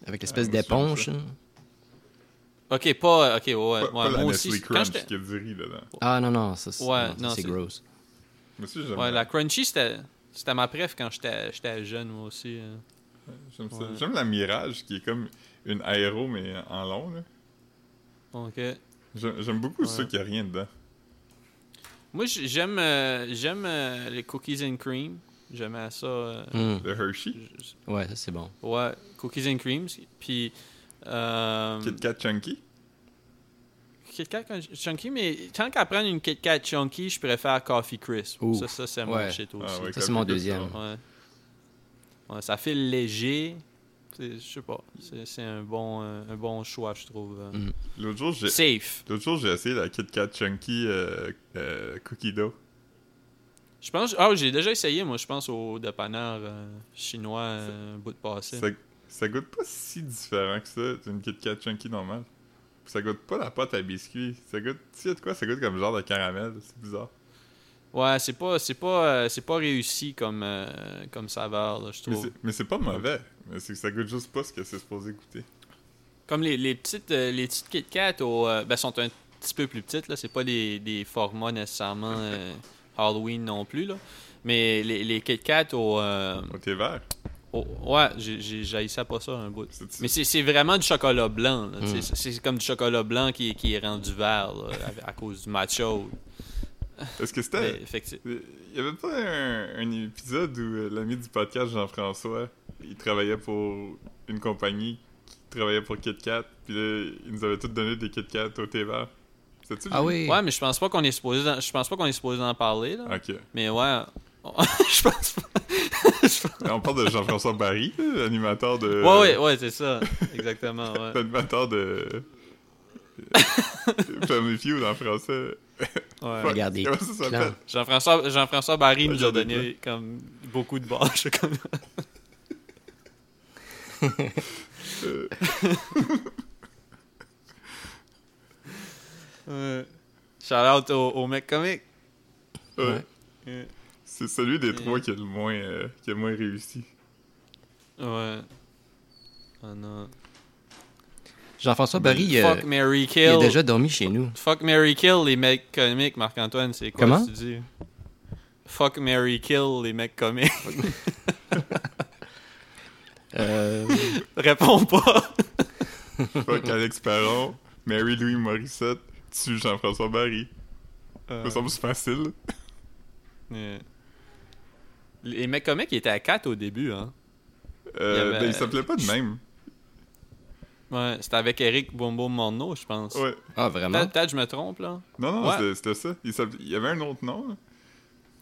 B: Avec l'espèce
C: Ah, moi,
B: d'éponge.
C: j'aime
B: hein.
A: OK, pas... OK, ouais, ouais,
C: Pas, pas la
A: moi aussi,
C: Nestlé
A: quand
C: Crunch
A: j'étais-
C: qui a du riz dedans.
B: Ah non, non, ça c'est
A: Ouais,
B: non, ça,
A: non,
B: c'est
A: c'est-
B: gross.
C: Moi aussi, j'aime
A: Ouais,
C: la-
A: la crunchy, c'était c'était ma préf quand j'étais j'étais jeune, moi aussi. euh.
C: j'aime ça.
A: ouais.
C: J'aime la Mirage qui est comme une aéro mais en long. là.
A: Donc... euh,
C: J'aime j'aime beaucoup
A: Ouais.
C: ceux qui a rien dedans.
A: Moi, j- j'aime euh, j'aime euh, les cookies and cream. J'aimais ça. euh,
B: Hmm.
C: Le Hershey,
A: j- j-
B: Ouais, ça c'est bon.
A: ouais, cookies and cream. Puis. Euh,
C: Kit Kat Chunky.
A: Kit Kat quand- chunky, mais tant qu'à prendre une Kit Kat chunky, je préfère Coffee Crisp.
B: Ouh.
A: Ça, ça c'est mon
B: Ouais.
A: shit
C: Ah
A: aussi.
C: ouais,
B: Ça, c'est
C: Coffee
B: mon
C: Crisp,
B: deuxième.
C: bon.
A: Ouais. Ouais, ça file léger. C'est- Je sais pas. C'est c'est un bon, euh, un bon choix, je trouve. euh.
B: Mm.
C: L'autre jour, j'ai
A: Safe.
C: l'autre jour, j'ai essayé la Kit Kat Chunky euh, euh, Cookie Dough.
A: Je pense. Ah, j'ai déjà essayé, moi, je pense, au dépanneur euh, chinois, euh, bout de passé.
C: Ça, ça goûte pas si différent que ça d'une Kit Kat Chunky normale. Puis Ça goûte pas la pâte à biscuits. Ça goûte, tu sais de quoi, ça goûte comme genre de caramel. C'est bizarre.
A: Ouais, c'est pas c'est pas euh, c'est pas réussi comme euh, comme saveur là, je
C: Mais
A: trouve.
C: c'est- Mais c'est pas mauvais. Mais c'est que ça goûte juste pas ce que c'est supposé goûter.
A: Comme les, les petites euh, les petites Kit Kat au euh, ben sont un petit peu plus petites là, c'est pas des, des formats nécessairement euh, Halloween non plus là. Mais les, les Kit Kat au, euh,
C: Au thé vert.
A: au- ouais, j'ai j'ai j'haïssais pas ça un bout.
C: c'est-
A: Mais c'est c'est vraiment du chocolat blanc. là, tu sais,
B: Mm.
A: C'est c'est comme du chocolat blanc qui, qui est rendu vert là, à, à cause du matcho.
C: Est-ce que
A: Mais,
C: c'était.
A: effecti-
C: Il y avait pas un, un épisode où euh, l'ami du podcast Jean-François, il travaillait pour une compagnie qui travaillait pour Kit Kat, puis là, il nous avait tous donné des Kit Kat au thé vert. C'était-tu
B: Ah
C: lui?
B: oui.
A: Ouais, mais je pense pas qu'on est supposé d'en- je pense pas qu'on est supposé en parler là.
C: Ok.
A: Mais ouais, je pense pas. Je pense-
C: On parle de Jean-François Barry, l'animateur de.
A: Ouais, ouais, ouais, c'est ça. Exactement, ouais.
C: L'animateur de. Family Feud en français.
A: Ouais.
C: Fuck,
B: Regardez.
C: Comment ça s'appelle
B: Clan.
A: Jean-François, Jean-François Barry nous a
C: Regardez
A: donné comme beaucoup de bâches. comme-
C: Euh,
A: Ouais. Shout out au, au mec comique.
C: ouais.
B: Ouais.
A: Ouais.
C: C'est celui des
A: Et-
C: trois qui a le moins, euh, qui a le moins réussi.
A: Ouais. Ah non.
B: Jean-François Barry, euh,
A: Fuck Mary
B: il
A: Kill.
B: a déjà dormi chez nous.
A: Fuck Mary Kill les mecs comiques, Marc-Antoine, c'est quoi
B: Comment?
A: que tu dis? Fuck Mary Kill les mecs comiques.
B: Euh,
A: Réponds pas.
C: Fuck Alex Perron, Mary-Louis Morissette, tue Jean-François Barry.
A: Euh,
C: Ça me semble facile.
A: Ouais. Les mecs comiques, ils étaient à 4 au début, hein.
C: Euh,
A: Il y avait-
C: ben, il s'appelait pas de même.
A: Ouais, c'était avec Eric Bombo Morneau, je pense.
C: Ouais.
B: Ah,
A: Peut-être
B: vraiment?
A: peut-être je me trompe, là.
C: Non, non,
A: Ouais.
C: c'était- c'était ça. Il, s'appelait- il y avait un autre nom, là.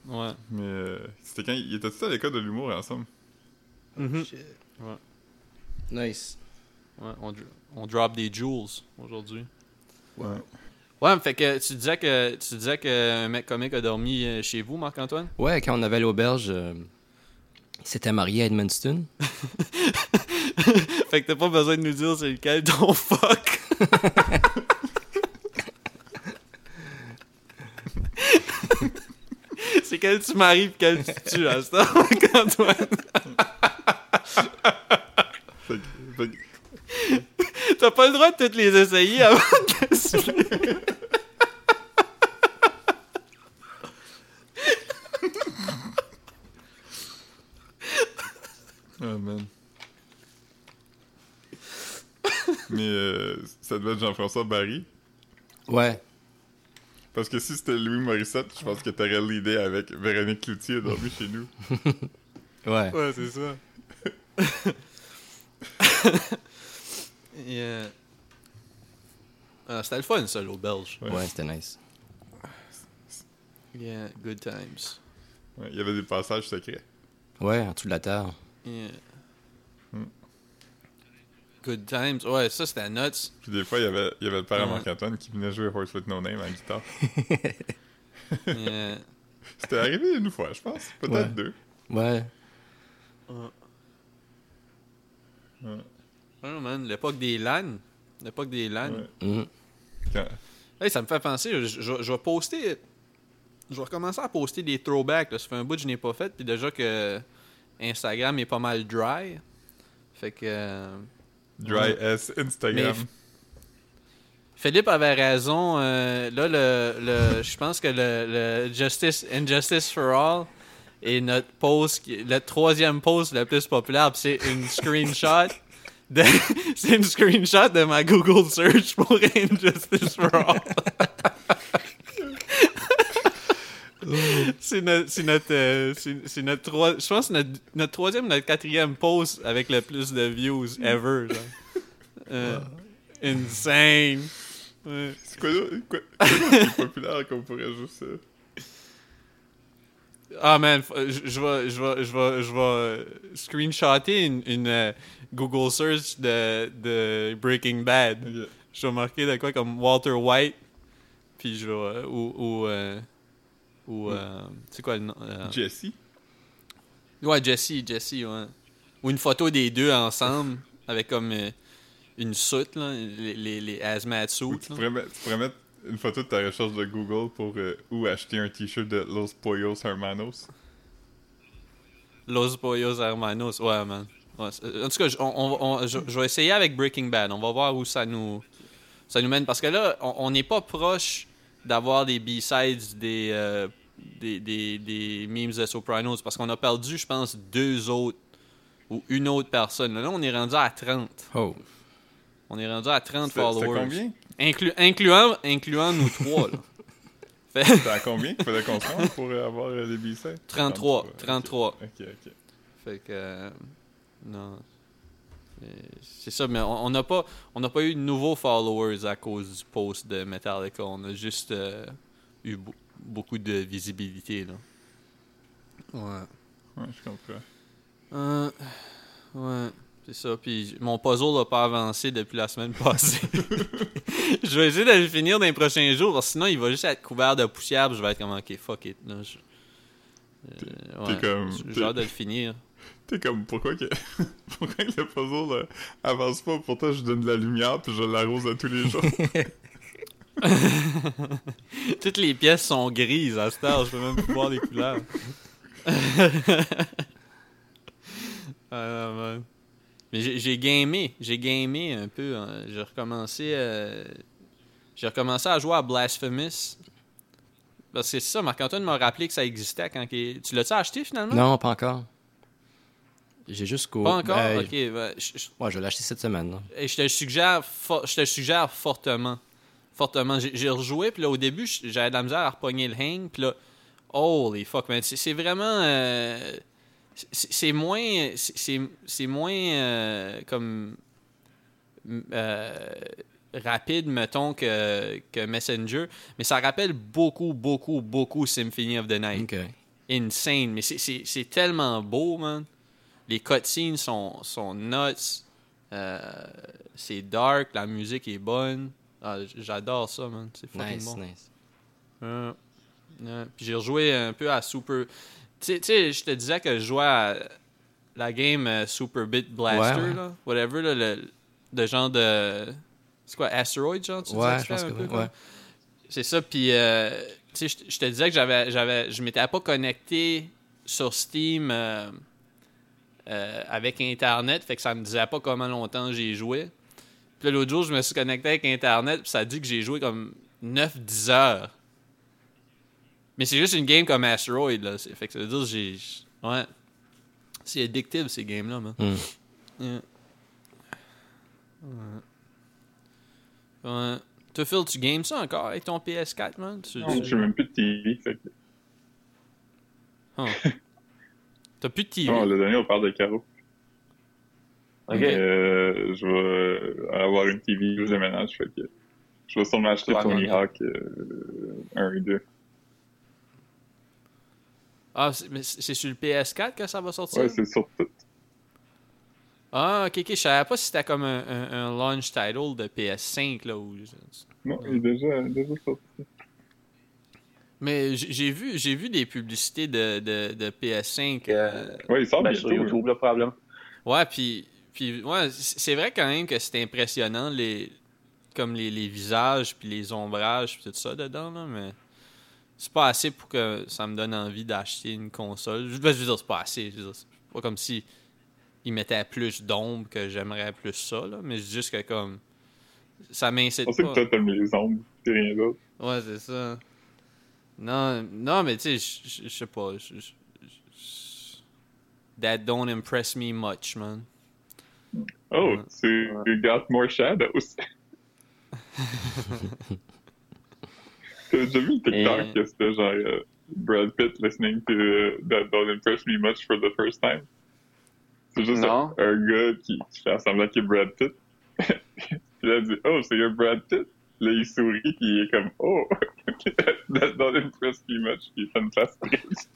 A: Ouais.
C: mais euh, c'était quand ils étaient tous à l'école de l'humour ensemble.
A: Ouais.
B: Nice.
A: Ouais, on, dr- on drop des jewels aujourd'hui.
C: Ouais.
A: Ouais, mais fait que tu disais que tu disais qu'un mec comique a dormi euh, chez vous, Marc-Antoine?
B: Ouais, quand on avait l'auberge, euh, il s'était marié à Edmundston.
A: fait que t'as pas besoin de nous dire c'est lequel ton fuck. c'est quel tu maries pis quel tu tues à ce temps, Marc-Antoine.
C: Fait que- fait que-
A: T'as pas le droit de toutes les essayer avant de déceler.
C: Oh man. Mais euh, ça devait être Jean-François Barry.
B: Ouais.
C: Parce que si c'était Louis Morissette, je pense que t'aurais l'idée avec Véronique Cloutier dormi chez nous.
B: Ouais.
C: Ouais, c'est ça.
A: Et, euh, ah, C'était le fun, ça, au belge.
C: Ouais.
B: Ouais, c'était nice.
A: Yeah, good times.
C: Ouais, Il y avait des passages secrets.
B: Ouais, en dessous de la terre.
A: Yeah.
C: Hmm.
A: Good times. Ouais, ça, c'était nuts.
C: Puis des fois, il y avait, il y avait le père à
A: Ouais.
C: Marc-Antoine qui venait jouer Horse with No Name à la guitare.
A: Yeah.
C: C'était arrivé une fois, je pense. Peut-être
B: Ouais.
C: deux.
B: Ouais.
A: Oh, man, l'époque des LAN. L'époque des LAN.
C: Ouais.
B: Mhm.
C: Quand-
A: Hey, ça me fait penser, je, je- je vais poster. Je vais recommencer à poster des throwbacks. là. Ça fait un bout que je n'ai pas fait. Puis déjà que Instagram est pas mal dry. Fait que. euh,
C: Dry
A: Ouais.
C: S Instagram.
A: Mais- Philippe avait raison. euh, là, le, le- je pense que le, le Justice, Injustice for All est notre pose, qui- le troisième pose le plus populaire. puis C'est une screenshot. de- C'est une screenshot de ma Google search pour Injustice for All. c'est notre, c'est notre, euh, c'est c'est notre trois- je pense que c'est notre, notre troisième, notre quatrième pose avec le plus de views ever. genre. Euh, Insane. Ouais.
C: C'est quoi, d'autre- quoi, quoi d'autre qui est populaire qu'on pourrait juste. euh,
A: Ah man, f- je je vais je vais je vais je vais euh, screenshotter une, une, euh, Google search de, de Breaking Bad.
C: ok.
A: Je vais marquer de quoi comme Walter White puis je vais euh, ou ou euh, ou euh, c'est quoi le nom euh,
C: Jesse.
A: Ouais, Jesse, Jesse ouais. Ou une photo des deux ensemble avec comme euh, une soute là, les les, les hazmat
C: Ou
A: suits.
C: tu,
A: là.
C: pourrais mettre, tu pourrais mettre une photo de ta recherche de Google pour euh, où acheter un t-shirt de Los Pollos Hermanos.
A: Los Pollos Hermanos, ouais, man. Ouais, c'est- euh, en tout cas, je- on- on- on- je, je vais essayer avec Breaking Bad. On va voir où ça nous, ça nous mène. Parce que là, on on n'est pas proche d'avoir des B-sides des, euh, des, des, des memes de Sopranos. Parce qu'on a perdu, je pense, deux autres ou une autre personne. Là, on est rendu à 30.
B: Oh.
A: On est rendu à 30
C: C'était c'était
A: followers.
C: combien?
A: Inclu- incluant, incluant nous trois. là.
C: C'était à combien qu'il fallait qu'on se rende pour euh, avoir euh, les B-sides?
A: 33.
C: ok.
A: 33.
C: Ok, ok.
A: Fait que. euh, non. Euh, C'est ça, mais on on n'a pas, on n'a pas eu de nouveaux followers à cause du post de Metallica. On a juste euh, eu beau- beaucoup de visibilité, là. Ouais.
C: Ouais, je comprends.
A: Euh, ouais, c'est ça. Puis j- mon puzzle n'a pas avancé depuis la semaine passée. je vais essayer de le finir dans les prochains jours, parce que sinon il va juste être couvert de poussière. puis Je vais être comme, ok, fuck it. Là, je... Euh,
C: t'es
A: ouais,
C: comme-
A: j'ai-
C: t'es-
A: J'ai hâte de le finir.
C: T'es comme, pourquoi que, pourquoi que le puzzle euh, avance pas? Pourtant, je donne de la lumière puis je l'arrose à tous les jours.
A: Toutes les pièces sont grises à cette heure, je peux même plus voir les couleurs. Ah, non, man. Mais j'ai j'ai gamé, j'ai gamé un peu. hein. J'ai recommencé, euh, j'ai recommencé à jouer à Blasphemous. Parce que c'est ça, Marc-Antoine m'a rappelé que ça existait quand il- Tu l'as-tu acheté finalement?
B: Non, pas encore. J'ai jusqu'au.
A: Hmm? Pas encore?
B: Ben,
A: Ok, ben, je- je-
B: Ouais, je vais l'acheter cette semaine. là.
A: Et je te le suggère, for- je te le suggère fortement. Fortement. J'ai j'ai rejoué, puis là, au début, j- j'avais de la misère à repogner le hang, puis là, holy fuck, man. C'est c'est vraiment. euh, c'est c'est moins. c'est- C'est c'est moins. euh, comme. m- euh, rapide, mettons, que, que Messenger. Mais ça rappelle beaucoup, beaucoup, beaucoup Symphony of the Night
B: Ok.
A: insane. Mais c'est- c'est c'est tellement beau, man. Les cutscenes sont, sont nuts. Euh, c'est dark, la musique est bonne. Ah, j- J'adore ça, man. C'est fucking
B: Nice,
A: bon.
B: nice.
A: Ouais. Ouais. Puis j'ai rejoué un peu à Super. Tu sais- tu sais, je te disais que je jouais à la game euh, Super Bit Blaster,
B: Ouais, ouais.
A: là. Whatever, là, le, le genre de. C'est quoi, Asteroid, genre tu disais
B: Ouais,
A: que tu
B: je pense
A: fais un
B: que
A: peu,
B: oui.
A: quoi?
B: Ouais.
A: C'est ça, puis euh, tu sais, je, je te disais que j'avais, j'avais, je m'étais pas connecté sur Steam euh, euh, avec Internet, fait que ça me disait pas comment longtemps j'ai joué. Puis là, l'autre jour, je me suis connecté avec Internet, puis ça dit que j'ai joué comme 9-10 heures. Mais c'est juste une game comme Asteroid, là. c'est- Fait que ça veut dire que j'ai... j- Ouais. C'est addictif, ces games-là, man.
B: Hmm.
A: Yeah. Ouais. Toi, Phil, tu games ça encore avec ton PS4, man? Tu,
C: Je
A: tu-
C: j'ai même plus de TV. fait que-
A: Huh. T'as plus de TV.
C: Oh, le dernier, on parle de Caro.
D: Ok.
C: Mais, euh, je vais avoir une TV où je déménage. Fait que je vais sûrement acheter
D: Ouais,
C: Tony
D: ouais.
C: Hawk euh, 1 et 2.
A: Ah, c'est- mais c'est c'est sur le PS4 que ça va sortir?
C: Ouais, c'est sur tout.
A: ah, ok, ok. Je savais pas si c'était comme un, un- un launch title de PS5, là. Ou...
C: Non, il est déjà, déjà sorti.
A: Mais j- j'ai vu, j'ai vu des publicités de, de, de PS5.
D: Euh,
C: Ouais, il sort
D: ben,
C: bientôt. hein.
D: sur YouTube, le problème.
A: Ouais, puis, puis ouais, c- c'est vrai quand même que c'est impressionnant, les, comme les, les visages, puis les ombrages, puis tout ça dedans, là, mais c'est pas assez pour que ça me donne envie d'acheter une console. Je, ben, je veux dire, c'est pas assez. Je veux dire, c'est pas comme si ils mettaient plus d'ombre que j'aimerais plus ça, là, mais c'est juste que comme. Ça m'incite
C: On sait que
A: pas.
C: toi, t'aimes les ombres, t'es rien d'autre.
A: Ouais, c'est ça. Non, non mais tu sais, je- je- je sais pas. je- je- je- That don't impress me much, man.
C: Oh,
A: Ouais.
C: tu got more shadows. T'as déjà vu le TikTok
A: Et-
C: que c'était genre euh, Brad Pitt listening to euh, That Don't Impress Me Much for the First Time? uh, C'est juste
D: Non.
C: un, un gars qui, qui fait semblant qu'il est Brad Pitt. il a dit Oh, c'est un Brad Pitt. Là, il sourit, puis il est comme Oh, That Don't Impress Me Much. Puis il fait une face triste.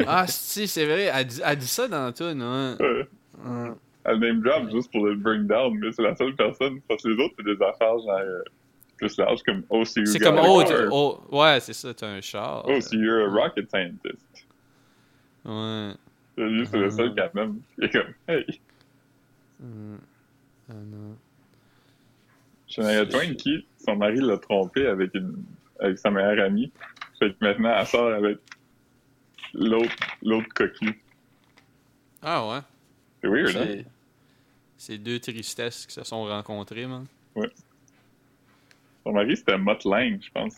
A: Ah, si, c'est vrai. Elle dit, elle dit ça dans la toune, ouais.
C: Ouais.
A: Ouais.
C: Elle name drop juste pour le bring down, mais c'est la seule personne. Parce que les autres, c'est des affaires genre euh, plus larges comme Oh, so you
A: C'est
C: got
A: comme,
C: a
A: oh,
C: car.
A: t'es- oh, ouais, c'est ça, t'as un char.
C: Oh, so you're a rocket scientist.
A: Ouais.
C: Euh, Lui, c'est le
A: Ah.
C: seul quand même. Il est comme Hey,
A: Mm. Ah, non.
C: Shania
A: C'est-
C: Twain qui, son mari l'a trompé avec, une, avec sa meilleure amie. Fait que maintenant, elle sort avec l'autre l'autre coquille.
A: Ah, ouais.
C: C'est weird, hein?
A: C'est- C'est deux tristesses qui se sont rencontrées, man.
C: Son mari, c'était Mott Lang, je pense.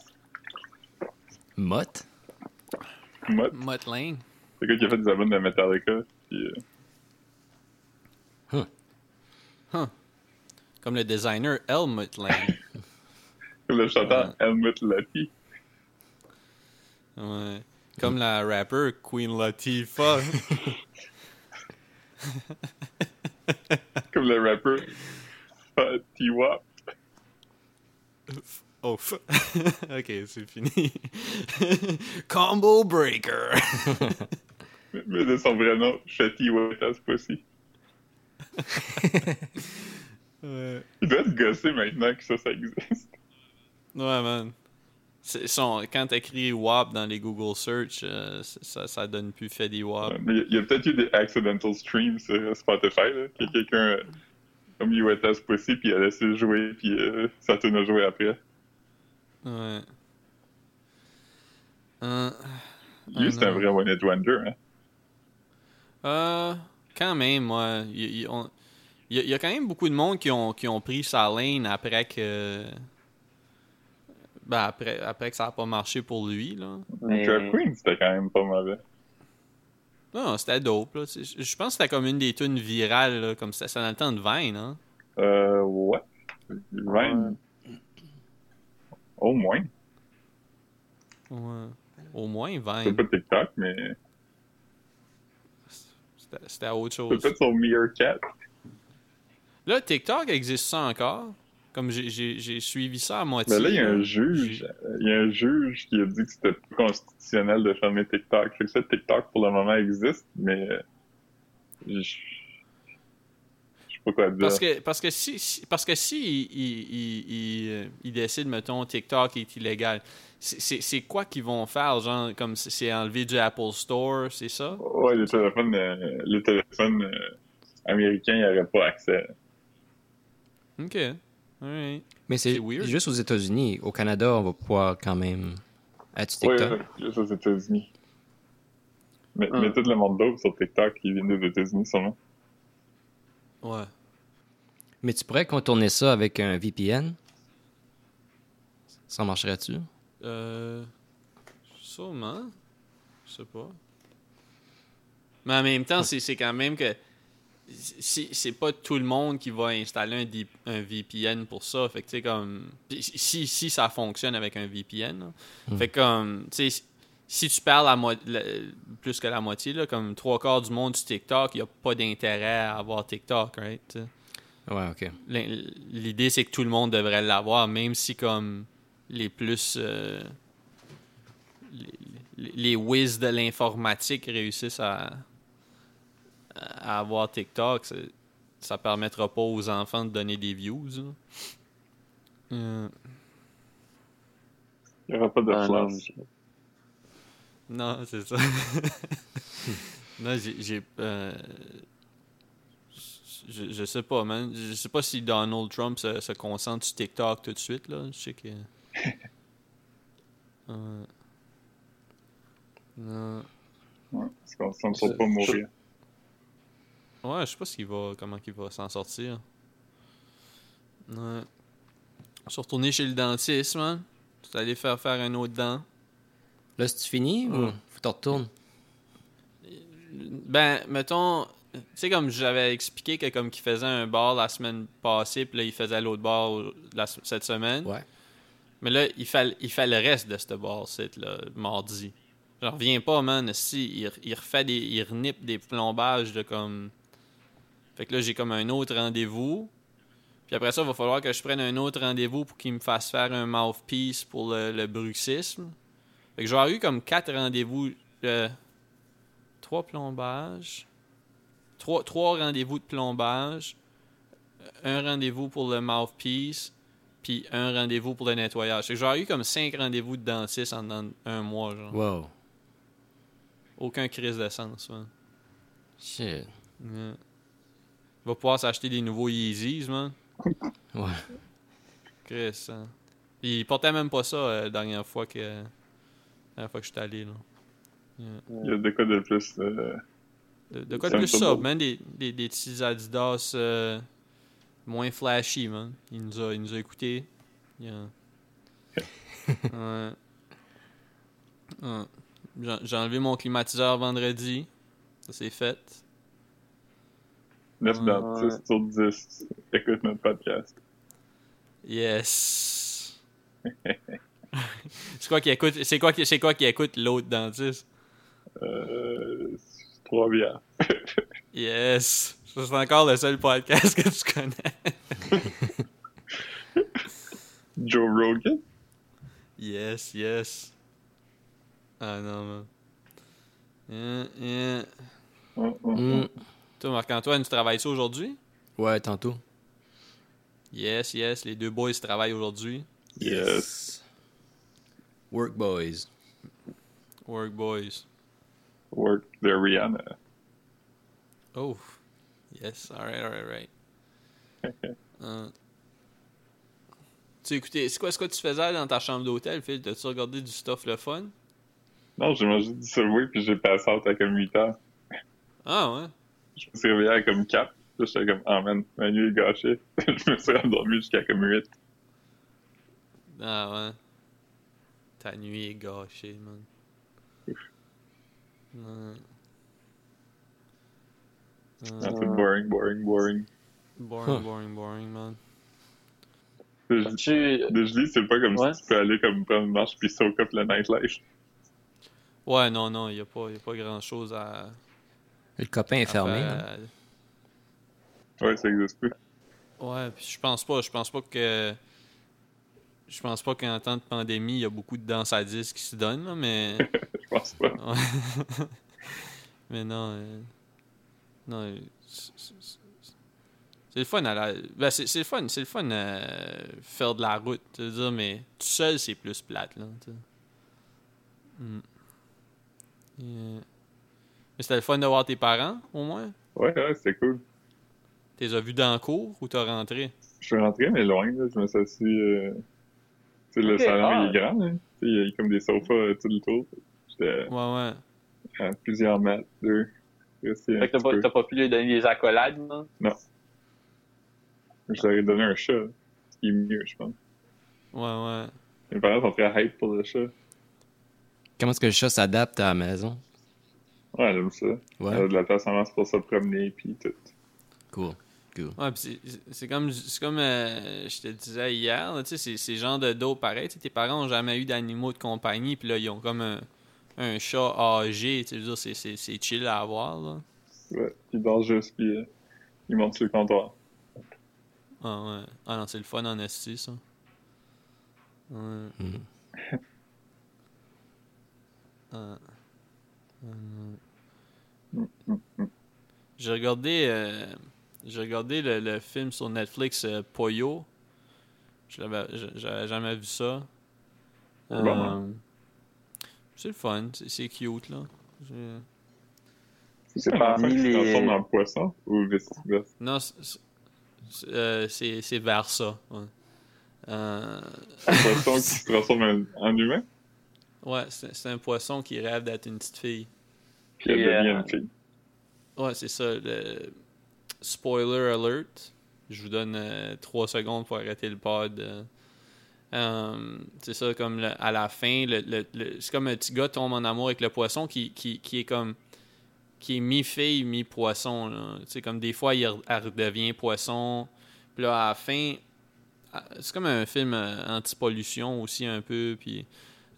B: Motte
C: Mott,
A: Mott Lang.
C: c'est le gars qui a fait des albums de Metallica. Puis, euh,
A: Comme le designer L. Mott Lang.
C: le chanteur
A: Ah.
C: Helmut Lappy.
A: Ouais. Comme la rapper Queen Latifah.
C: Comme le rappeur Tiwa.
A: Oh, f- ok, c'est fini. Combo Breaker.
C: Mais de son vrai nom, Shati Wata, cette fois-ci.
A: ouais.
C: Il doit être gossé maintenant que ça, ça existe.
A: Ouais, man. C'est son, quand t'écris WAP dans les Google Search, euh, c- ça, ça donne plus Fedi WAP.
C: Mais il y a peut-être eu des accidental streams sur Spotify, là, que quelqu'un euh, comme Iwata, cette fois-ci, puis il a laissé jouer, puis euh, ça tourne à jouer après.
A: Ouais. Euh,
C: Lui,
A: Ah,
C: c'est un
A: non.
C: vrai one-hit wonder, hein.
A: euh, quand même, ouais. Il y, on- il y a- il y a quand même beaucoup de monde qui ont, qui ont pris sa lane après que. Ben, après, après que ça a pas marché pour lui, là.
D: Mais...
C: Trap Queen, c'était quand même pas hein. mauvais.
A: Non, c'était dope, là. C'est- Je je pense que c'était comme une des tunes virales, là, comme ça, ça dans le temps de Vine, hein.
C: Euh, ouais. Vine. Au moins.
A: Ouais. Au moins
C: C'est
A: Vine.
C: pas TikTok, mais
A: C'était- C'était autre
C: c'est
A: chose.
C: peut-être son Meerkat.
A: Là, TikTok existe ça encore. Comme j'ai- j'ai j'ai suivi ça à moitié.
C: Mais là, il y a un
A: là.
C: juge.
A: J'ai-
C: Il y a un juge qui a dit que c'était pas constitutionnel de fermer TikTok. Fait que ça, TikTok, pour le moment, existe, mais. euh, Je je sais pas quoi dire.
A: Parce que, parce que si, si- parce que si il, il- il- il, euh, il décide, mettons, TikTok est illégal, c'est- c'est c'est quoi qu'ils vont faire? Genre, comme c'est- c'est enlevé du Apple Store, c'est ça?
C: Ouais, les téléphones, euh, les téléphones euh, américains, ils n'auraient pas accès.
A: Ok. Alright.
B: Mais c'est
A: C'est weird.
B: juste aux États-Unis. Au Canada, on va pouvoir quand même être sur
C: Ouais,
B: TikTok.
C: ouais, ça, c'est aux États-Unis. Mais,
D: Ah.
C: mais tout le monde d'autre sur TikTok, ils viennent des États-Unis sûrement.
A: Ouais.
B: Mais tu pourrais contourner ça avec un VPN? Ça marcherait-tu?
A: Euh. Sûrement. Je sais pas. Mais en même temps, c'est c'est quand même que. c'est c'est pas tout le monde qui va installer un, D- un VPN pour ça. Fait que, tu sais, comme. Puis Si, si ça fonctionne avec un VPN, là.
B: Mm.
A: Fait que, comme, tu sais, si tu perds la mo- la- plus que la moitié, là, comme trois quarts du monde du TikTok, il n'y a pas d'intérêt à avoir TikTok, right? tu sais.
B: Ouais, ok.
A: L'in- L'idée, c'est que tout le monde devrait l'avoir, même si, comme, les plus. euh, les, les- les whiz de l'informatique réussissent à, à avoir TikTok, c'est- ça permettra pas aux enfants de donner des views. là. Euh,
D: Il n'y aura pas de
E: Ah, non,
D: flash.
A: Non, c'est ça. non, j'ai. j'ai, euh, je, je sais pas, man. Je sais pas si Donald Trump se, se concentre sur TikTok tout de suite, là. Je sais que. Ouais. Non.
C: Ouais, parce qu'on s'en sort pas mourir.
A: Ouais, je sais pas s'il va, comment il va s'en sortir. Ouais. Je suis retourné chez le dentiste, man. Je suis allé faire faire un autre dent.
B: Là, c'est-tu fini ou
A: Ouais.
B: faut que t'en retournes?
A: Ben, mettons, tu sais, comme j'avais expliqué que comme qu'il faisait un bar la semaine passée, puis là, il faisait l'autre bar au- la- cette semaine.
B: Ouais.
A: Mais là, il fait, il fait le reste de ce bar site là, mardi. J'en reviens pas, man. Si, il, re- il refait des. Il renipe des plombages de comme. Fait que là, j'ai comme un autre rendez-vous. Puis après ça, il va falloir que je prenne un autre rendez-vous pour qu'il me fasse faire un mouthpiece pour le, le bruxisme. Fait que j'aurais eu comme quatre rendez-vous. euh, trois plombages. Trois, trois rendez-vous de plombage. Un rendez-vous pour le mouthpiece. Puis un rendez-vous pour le nettoyage. Fait que j'aurais eu comme cinq rendez-vous de dentiste en dans un mois, genre.
B: Wow.
A: Aucun crise de sens, man.
B: Shit.
A: Ouais. Va pouvoir s'acheter des nouveaux Yeezys, man.
B: Ouais.
A: Chris, hein. Puis il portait même pas ça euh, la dernière fois que. La dernière fois que j'étais allé, là.
C: Il y a de quoi de plus. euh,
A: De, de quoi
C: C'est
A: de
C: un
A: plus
C: peu
A: sobre,
C: beau.
A: man? Des, des, des petits Adidas euh, moins flashy, man. Il nous a, il nous a écoutés. Il a- Ouais. Ouais. J'ai- J'ai enlevé mon climatiseur vendredi. Ça, c'est fait.
C: 9
A: Ouais.
C: dentistes sur 10 écoutent notre podcast.
A: Yes! c'est quoi qui écoute, c'est quoi qui, c'est quoi qui écoute l'autre dentiste?
C: Euh, 3 bières.
A: Yes! Ça, c'est encore le seul podcast que tu connais.
C: Joe Rogan?
A: Yes, yes. Ah non, man. Hein, hein.
C: Hum, hum, hum.
A: Mm.
B: Hmm.
A: Toi, Marc-Antoine, tu travailles ça aujourd'hui?
B: Ouais, tantôt.
A: Yes, yes, les deux boys travaillent aujourd'hui.
C: Yes.
B: Work boys.
A: Work boys.
C: Work de Rihanna.
A: Oh. Yes, alright, alright, alright. Hein. Tu écoutais, c'est quoi ce que tu faisais dans ta chambre d'hôtel, Phil? T'as-tu regardé du stuff le fun?
C: Non, j'ai mangé du Subway puis j'ai passé out à comme 8 heures.
A: Ah ouais?
C: Je me suis réveillé à comme 4. Puis j'étais comme, ah man, ma nuit est gâchée. je me suis endormi jusqu'à comme 8.
A: Ah ouais. Ta nuit est gâchée, man. Ouais. Ouais.
C: Non, c'est boring, boring, boring.
A: Boring, boring, boring, man.
C: Je,
E: Tu...
C: je dis, c'est pas comme
E: Ouais.
C: si tu peux aller comme prendre une marche puis soak up le nightlife.
A: Ouais, non, non, il n'y a pas, y a pas grand-chose à,
B: Le copain est
A: à
B: fermé. hein.
A: faire,
B: non?
A: à-
C: Ouais, ça existe plus.
A: Ouais, puis je pense pas. Je pense pas que. Je pense pas qu'en temps de pandémie, il y a beaucoup de danse à 10 qui se donnent, là, mais.
C: Je pense pas.
A: Ouais. mais non. euh, Non. euh, c'est- c'est- c'est- C'est le fun à la. Ben, c'est c'est le fun, c'est le fun euh, faire de la route, tu veux dire, mais tout seul, c'est plus plate, là, tu sais. Mm. Yeah. Mais c'était le fun de voir tes parents, au moins.
C: Ouais, ouais, c'était cool.
A: T'es as vus dans le cours ou t'as rentré?
C: Je suis rentré, mais loin, là. Je me suis assis. euh, Tu sais, le
E: Ok,
C: salon,
E: ah.
C: il est grand, hein. Tu sais, il y a comme des sofas euh, tout le tour. J'étais
A: Ouais, ouais.
C: à plusieurs mètres, deux. Resté un
E: Fait que t'as
C: petit
E: pas,
C: peu.
E: t'as pas pu lui donner des accolades, non?
C: Je leur ai donné un chat. Ce qui est mieux, je pense.
A: Ouais, ouais.
C: Mes parents sont très hype pour le chat.
B: Comment est-ce que le chat s'adapte à la maison?
C: Ouais, j'aime ça.
B: Ouais. Euh.
C: Elle a de la place en masse pour se promener, puis tout.
B: Cool.
A: Ouais, pis c'est- c'est comme, c'est comme euh, je te disais hier, là, tu sais, c'est- c'est genre de dos pareil. tu sais, Tes parents ont jamais eu d'animaux de compagnie, puis là, ils ont comme un, un chat âgé. tu sais, je veux dire, c'est- C'est c'est chill à avoir. Là.
C: Ouais, il dort juste, puis euh, il monte sur le comptoir.
A: Ah, ouais. ah non, c'est le fun en esti, ça. Ouais.
B: Mhm.
A: Ah. Ah, non. J'ai regardé, euh, j'ai regardé le, le film sur Netflix euh, Poyo. Je l'avais- je- J'avais jamais vu ça. Euh,
C: Bon.
A: c'est le fun, c'est- c'est cute là. J'ai-
D: C'est
C: un enfant
D: parmi
C: qui se transforme
D: les.
C: en poisson ou vice-versa?
A: Non, c'est- c'est- c'est euh, c'est- c'est vers ça. Ouais, Euh,
C: Un poisson qui se transforme en, en humain,
A: ouais, c'est c'est un poisson qui rêve d'être une petite fille.
C: puis elle
D: Puis,
C: devient
D: euh,
C: une fille.
A: Ouais, c'est ça. le- Spoiler alert. Je vous donne euh, trois secondes pour arrêter le pod. euh. Euh, c'est ça, comme le- à la fin, le- le- le- c'est comme un petit gars tombe en amour avec le poisson qui, qui, qui est comme. qui est mi-fille, mi-poisson. là. Tu sais, comme des fois, il re- elle redevient poisson. Puis là, à la fin, ah, c'est comme un film euh, anti-pollution aussi, un peu. Puis.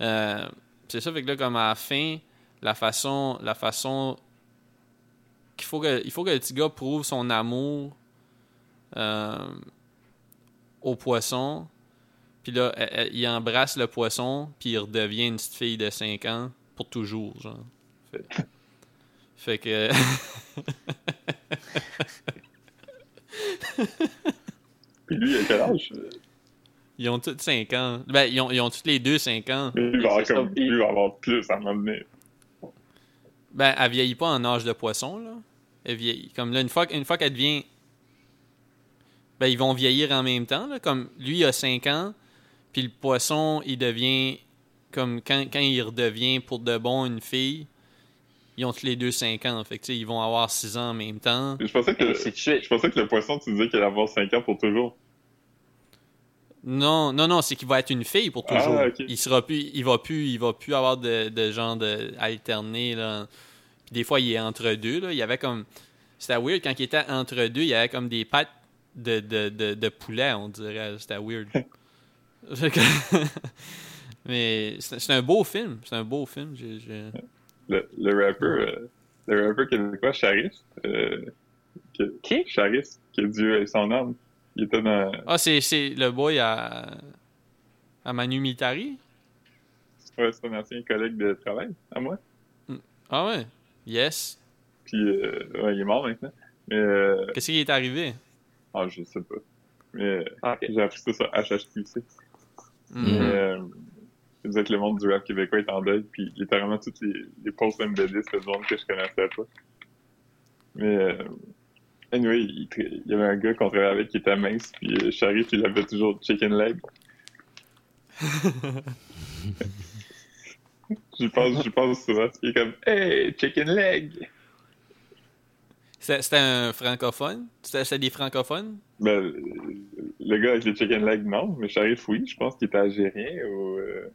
A: euh, c'est ça, fait que là, comme à la fin, la façon, la façon qu'il faut que, il faut que le petit gars prouve son amour euh, au poisson. Puis là, elle- elle- il embrasse le poisson, puis il redevient une petite fille de 5 ans pour toujours, genre. Fait, fait que...
C: Puis lui, il a quel âge?
A: ils ont tous 5 ans. Ben, ils ont, ils ont tous les deux 5 ans.
C: Lui, il va avoir,
D: C'est
C: comme,
D: ça, il-
C: lui, il va avoir plus à un moment donné.
A: Ben, elle vieillit pas en âge de poisson, là. Elle vieillit. Comme là, une fois, une fois qu'elle devient. Ben, ils vont vieillir en même temps, là. Comme lui, il a 5 ans, puis le poisson, il devient. Comme quand, quand il redevient pour de bon une fille, ils ont tous les deux 5 ans. Fait que, tu sais, ils vont avoir 6 ans en même temps.
C: Je pensais que,
E: Hey, c'est shit.
C: je pensais que le poisson, tu disais qu'il allait avoir 5 ans pour toujours.
A: Non, non, non, c'est qu'il va être une fille pour toujours.
C: Ah, ok.
A: Il sera plus, il va plus, il va plus avoir de, de genre de alterné là. Puis des fois il est entre deux là. Il y avait comme, c'était weird quand il était entre deux, il y avait comme des pattes de, de, de, de poulet, on dirait. C'était weird. Fait que- Mais c'est c'est un beau film, c'est un beau film. J'ai- j'ai-
C: Le, le rappeur, euh, le rappeur québécois, Charif, euh, que-
E: Qui?
C: Charif, que Dieu ait son âme, il était dans,
A: Ah c'est c'est le boy à à Manu Militari.
C: ouais, c'est un ancien collègue de travail, à moi.
A: Ah ouais, yes.
C: Puis, euh, ouais, il est mort maintenant. Mais, euh,
A: Qu'est-ce qui est arrivé?
C: ah, je sais pas. Mais, euh,
E: Ah, ok.
C: j'ai appris ça sur HHQC.
A: Mhm.
C: Mais, euh, il disait que le monde du rap québécois est en deuil, puis littéralement toutes les, les posts MBD, c'est du monde que je connaissais pas. Mais, euh, anyway, il, tra- il y avait un gars qu'on travaillait avec qui était mince, puis euh, Sharif, il avait toujours chicken leg. J'y pense, j'y pense souvent. Il est comme, hey, chicken leg!
A: C'était c'était un francophone? C'était c'était des francophones?
C: Ben, le- le gars avec les chicken leg, non, mais Sharif, oui, je pense qu'il était algérien ou. euh,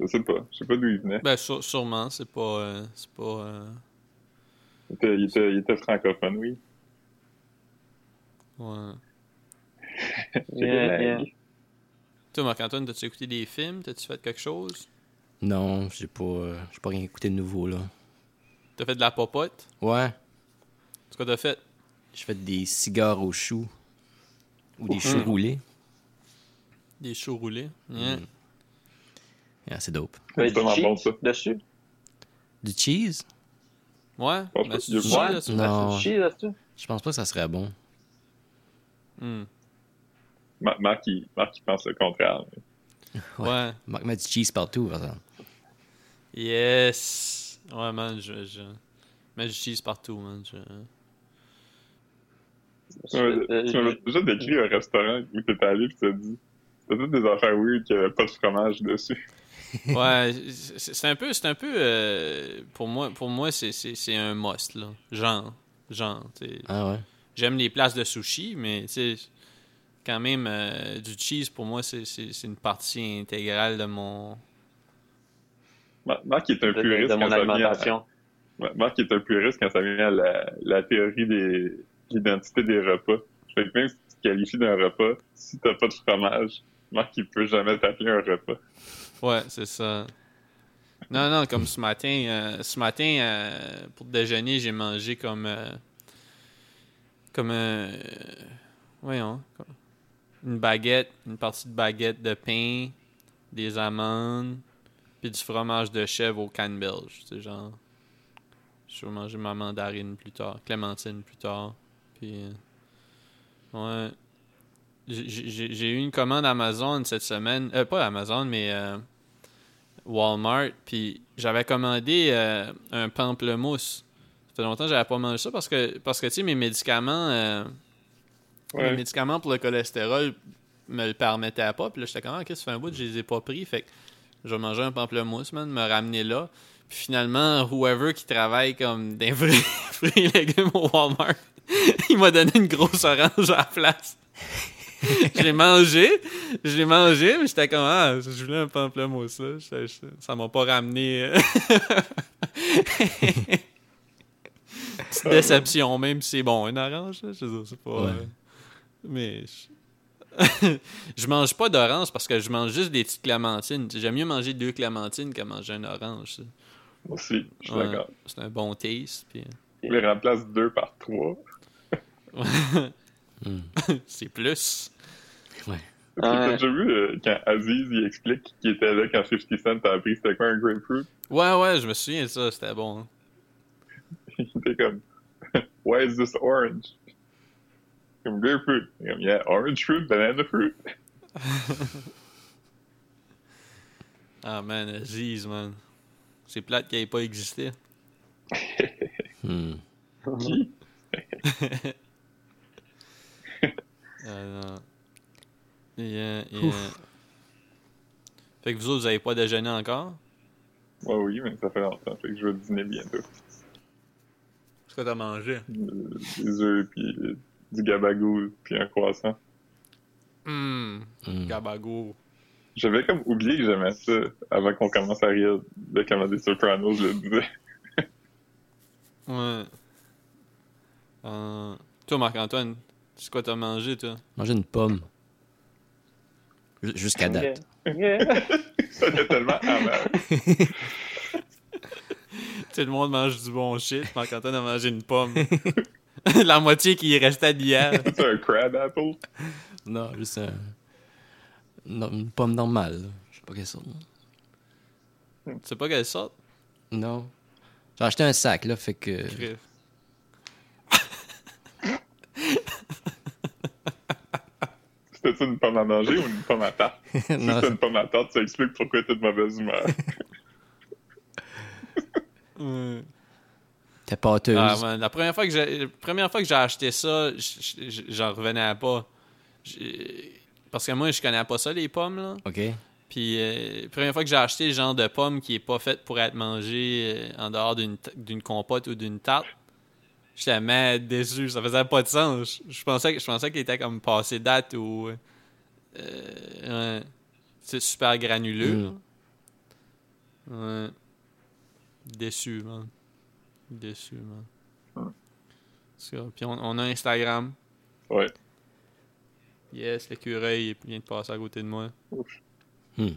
C: Je sais pas, je sais pas d'où il venait.
A: Ben, sû- sûrement, c'est pas. euh, c'est pas. euh,
C: Il était, il était- il était francophone, oui.
A: ouais.
E: Yeah, yeah.
A: Toi, Marc-Antoine, t'as-tu écouté des films T'as-tu fait quelque chose
B: Non, j'ai pas, euh, j'ai pas rien écouté de nouveau, là.
A: T'as fait de la popote
B: Ouais,
A: C'est quoi t'as fait
B: je fais des cigares aux choux. Ou des
A: Mm.
B: choux roulés.
A: Des choux roulés. Hein? Yeah.
B: Mm. Ah, c'est dope.
E: Mais
C: C'est vraiment
E: du
C: bon,
E: cheese
C: ça.
E: Dessus.
B: Du cheese?
A: Ouais
C: Oh,
A: Ben, c'est du
C: je- ouais.
A: jus, là, c'est-
B: Non.
E: Ah, c'est du cheese dessus.
B: Je pense pas que ça serait bon.
A: Hmm.
C: Ma- Marc, il, Marc, il pense le contraire. mais
B: Ouais.
A: Ouais.
B: Marc met du cheese partout, par exemple.
A: Yes Ouais, man, je. je... Mais je cheese partout, man. Je...
C: Tu
E: Euh,
C: m'avais tu m'avais déjà décrit un restaurant où t'étais allé pis t'as dit t'as toutes des affaires weird qu'il n'y avait pas de fromage dessus.
A: Ouais, c'est c'est un peu. C'est un peu. euh, pour moi, pour moi c'est- c'est c'est un must, là. Genre. Genre, t'sais.
B: Ah ouais?
A: J'aime les places de sushi, mais tu sais, quand même, euh, du cheese, pour moi, c'est- c'est c'est une partie intégrale de mon.
C: Ma- Marc, il est un
E: de, de,
C: puriste
E: de
C: quand
E: mon
C: ça vient à-
E: alimentation.
C: Ma- Marc est un puriste quand ça vient à la, la théorie des l'identité des repas. Fait que même si tu te qualifies d'un repas, si t'as pas de fromage, Marc il peut jamais t'appeler un repas.
A: Ouais, c'est ça. Non, non, comme ce matin, euh, ce matin, euh, pour déjeuner, j'ai mangé comme. euh, comme. euh, voyons. comme- une baguette, une partie de baguette de pain, des amandes, puis du fromage de chèvre aux cannes belges. C'est genre. Je vais manger ma mandarine plus tard, clémentine plus tard. Puis. euh, ouais. J'ai- J'ai j'ai eu une commande Amazon cette semaine. Euh, pas Amazon, mais euh, Walmart. Puis j'avais commandé euh, un pamplemousse. Ça fait longtemps que j'avais pas mangé ça parce que, parce que tu sais, mes médicaments, euh, mes
C: Ouais.
A: médicaments pour le cholestérol me le permettaient pas. Puis là, j'étais comme, ah, ok, ça fait un bout, que je les ai pas pris. Fait que je vais manger un pamplemousse, man, me ramener là. Puis finalement, whoever qui travaille comme des vrais fruits et légumes au Walmart, il m'a donné une grosse orange à la place. je l'ai mangé, je l'ai mangé, mais j'étais comme, ah, je voulais un pamplemousse, là. J'étais- j'étais- Ça m'a pas ramené. euh. Petite déception, même si c'est bon, une orange, là, je sais c'est pas.
B: Ouais.
A: euh, Mais. Je... je mange pas d'orange parce que je mange juste des petites clémentines. J'aime mieux manger deux clémentines que manger une orange. ça.
C: Aussi, je suis
A: Ouais.
C: d'accord.
A: C'est un bon taste, puis
C: Il les remplace deux par trois.
A: c'est plus.
C: T'as
E: Ouais.
C: déjà vu euh, quand Aziz il explique qu'il était là quand 50 Cent a appris c'était quoi un grapefruit?
A: Ouais, ouais, je me souviens de ça, c'était bon. hein.
C: Il était comme Why is this orange? Comme grapefruit. Comme yeah, orange fruit, banana fruit.
A: Ah man, Aziz, man. C'est plate qu'il n'ait pas existé.
B: Hmm.
C: Qui?
A: Euh, non. Yeah, yeah. Fait que vous autres, vous avez pas déjeuné encore?
C: Ouais, oui, mais ça fait longtemps. Fait que je vais dîner bientôt.
A: C'est quoi t'as mangé?
C: Euh, Des œufs, puis euh, du gabagoule, puis un croissant.
A: Hum,
B: Hmm.
A: gabago.
C: J'avais comme oublié que j'aimais ça avant qu'on commence à rire de commander Sopranos, je le disais.
A: Ouais. Euh, toi, Marc-Antoine, c'est quoi t'as mangé, toi?
B: Manger une pomme. Ju- Jusqu'à date.
C: Ça fait tellement amer.
A: Tout le monde mange du bon shit. Marc-Antoine a mangé une pomme. La moitié qui restait d'hier.
C: C'est un crab apple.
B: Non, juste un- non, une pomme normale. là. Je sais pas quelle sorte.
A: Tu sais pas quelle sorte?
B: Non. J'ai acheté un sac, là, fait que.
A: Griff?
C: C'était-tu une pomme à manger ou une pomme à tarte? Si
B: Non,
C: c'était une pomme à tarte, ça explique pourquoi t'es de mauvaise humeur.
A: Ouais.
B: t'es pâteuse.
A: Ah, man, la première fois que j'ai, la première fois que j'ai acheté ça, j- j- j- j'en revenais pas. J'ai- Parce que moi, je connais pas ça, les pommes, là.
B: OK.
A: Puis, euh, la première fois que j'ai acheté le genre de pomme qui est pas faite pour être mangée euh, en dehors d'une, t- d'une compote ou d'une tarte, j'étais mad déçu. Ça faisait pas de sens. Je, je pensais, que- je pensais qu'il était comme passé date ou. euh, ouais. c'est super granuleux.
B: Hmm.
A: là. Ouais. Déçu, man. Déçu, man.
C: Ouais.
A: C'est ça. Puis on, on a Instagram.
C: Ouais.
A: Yes, l'écureuil il vient de passer à côté de moi.
C: Ouf.
B: Hmm.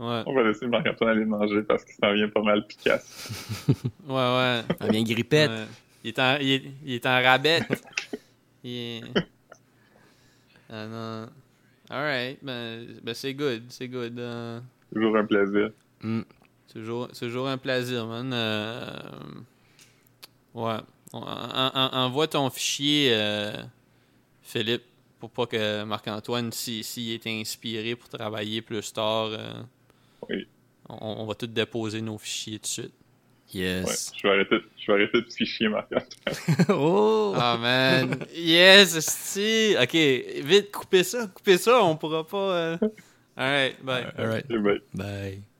A: Ouais,
C: On va laisser Marc-Antoine aller manger parce qu'il s'en vient pas mal picasse.
A: ouais, ouais.
B: Elle vient grippette.
A: Ouais. Il est en, il est, il est en rabette. Il est- Ah non. Alright, ben, ben c'est good, c'est good. euh,
C: Toujours un plaisir.
A: toujours, toujours un plaisir, man. euh, ouais. On- en- en- envoie ton fichier, euh, Philippe, pour pas que Marc-Antoine, si- s'il est inspiré pour travailler plus tard, euh,
C: Oui.
A: on, on va tout déposer nos fichiers tout de suite.
C: Ouais.
B: Yes.
C: Je vais arrêter, je vais arrêter de fichier Marc-Antoine.
B: oh!
A: Ah, man. Yes, si. Ok, vite, coupez ça, coupez ça, on pourra pas. euh. Alright, bye.
B: All right.
C: Eh ben,
B: Bye.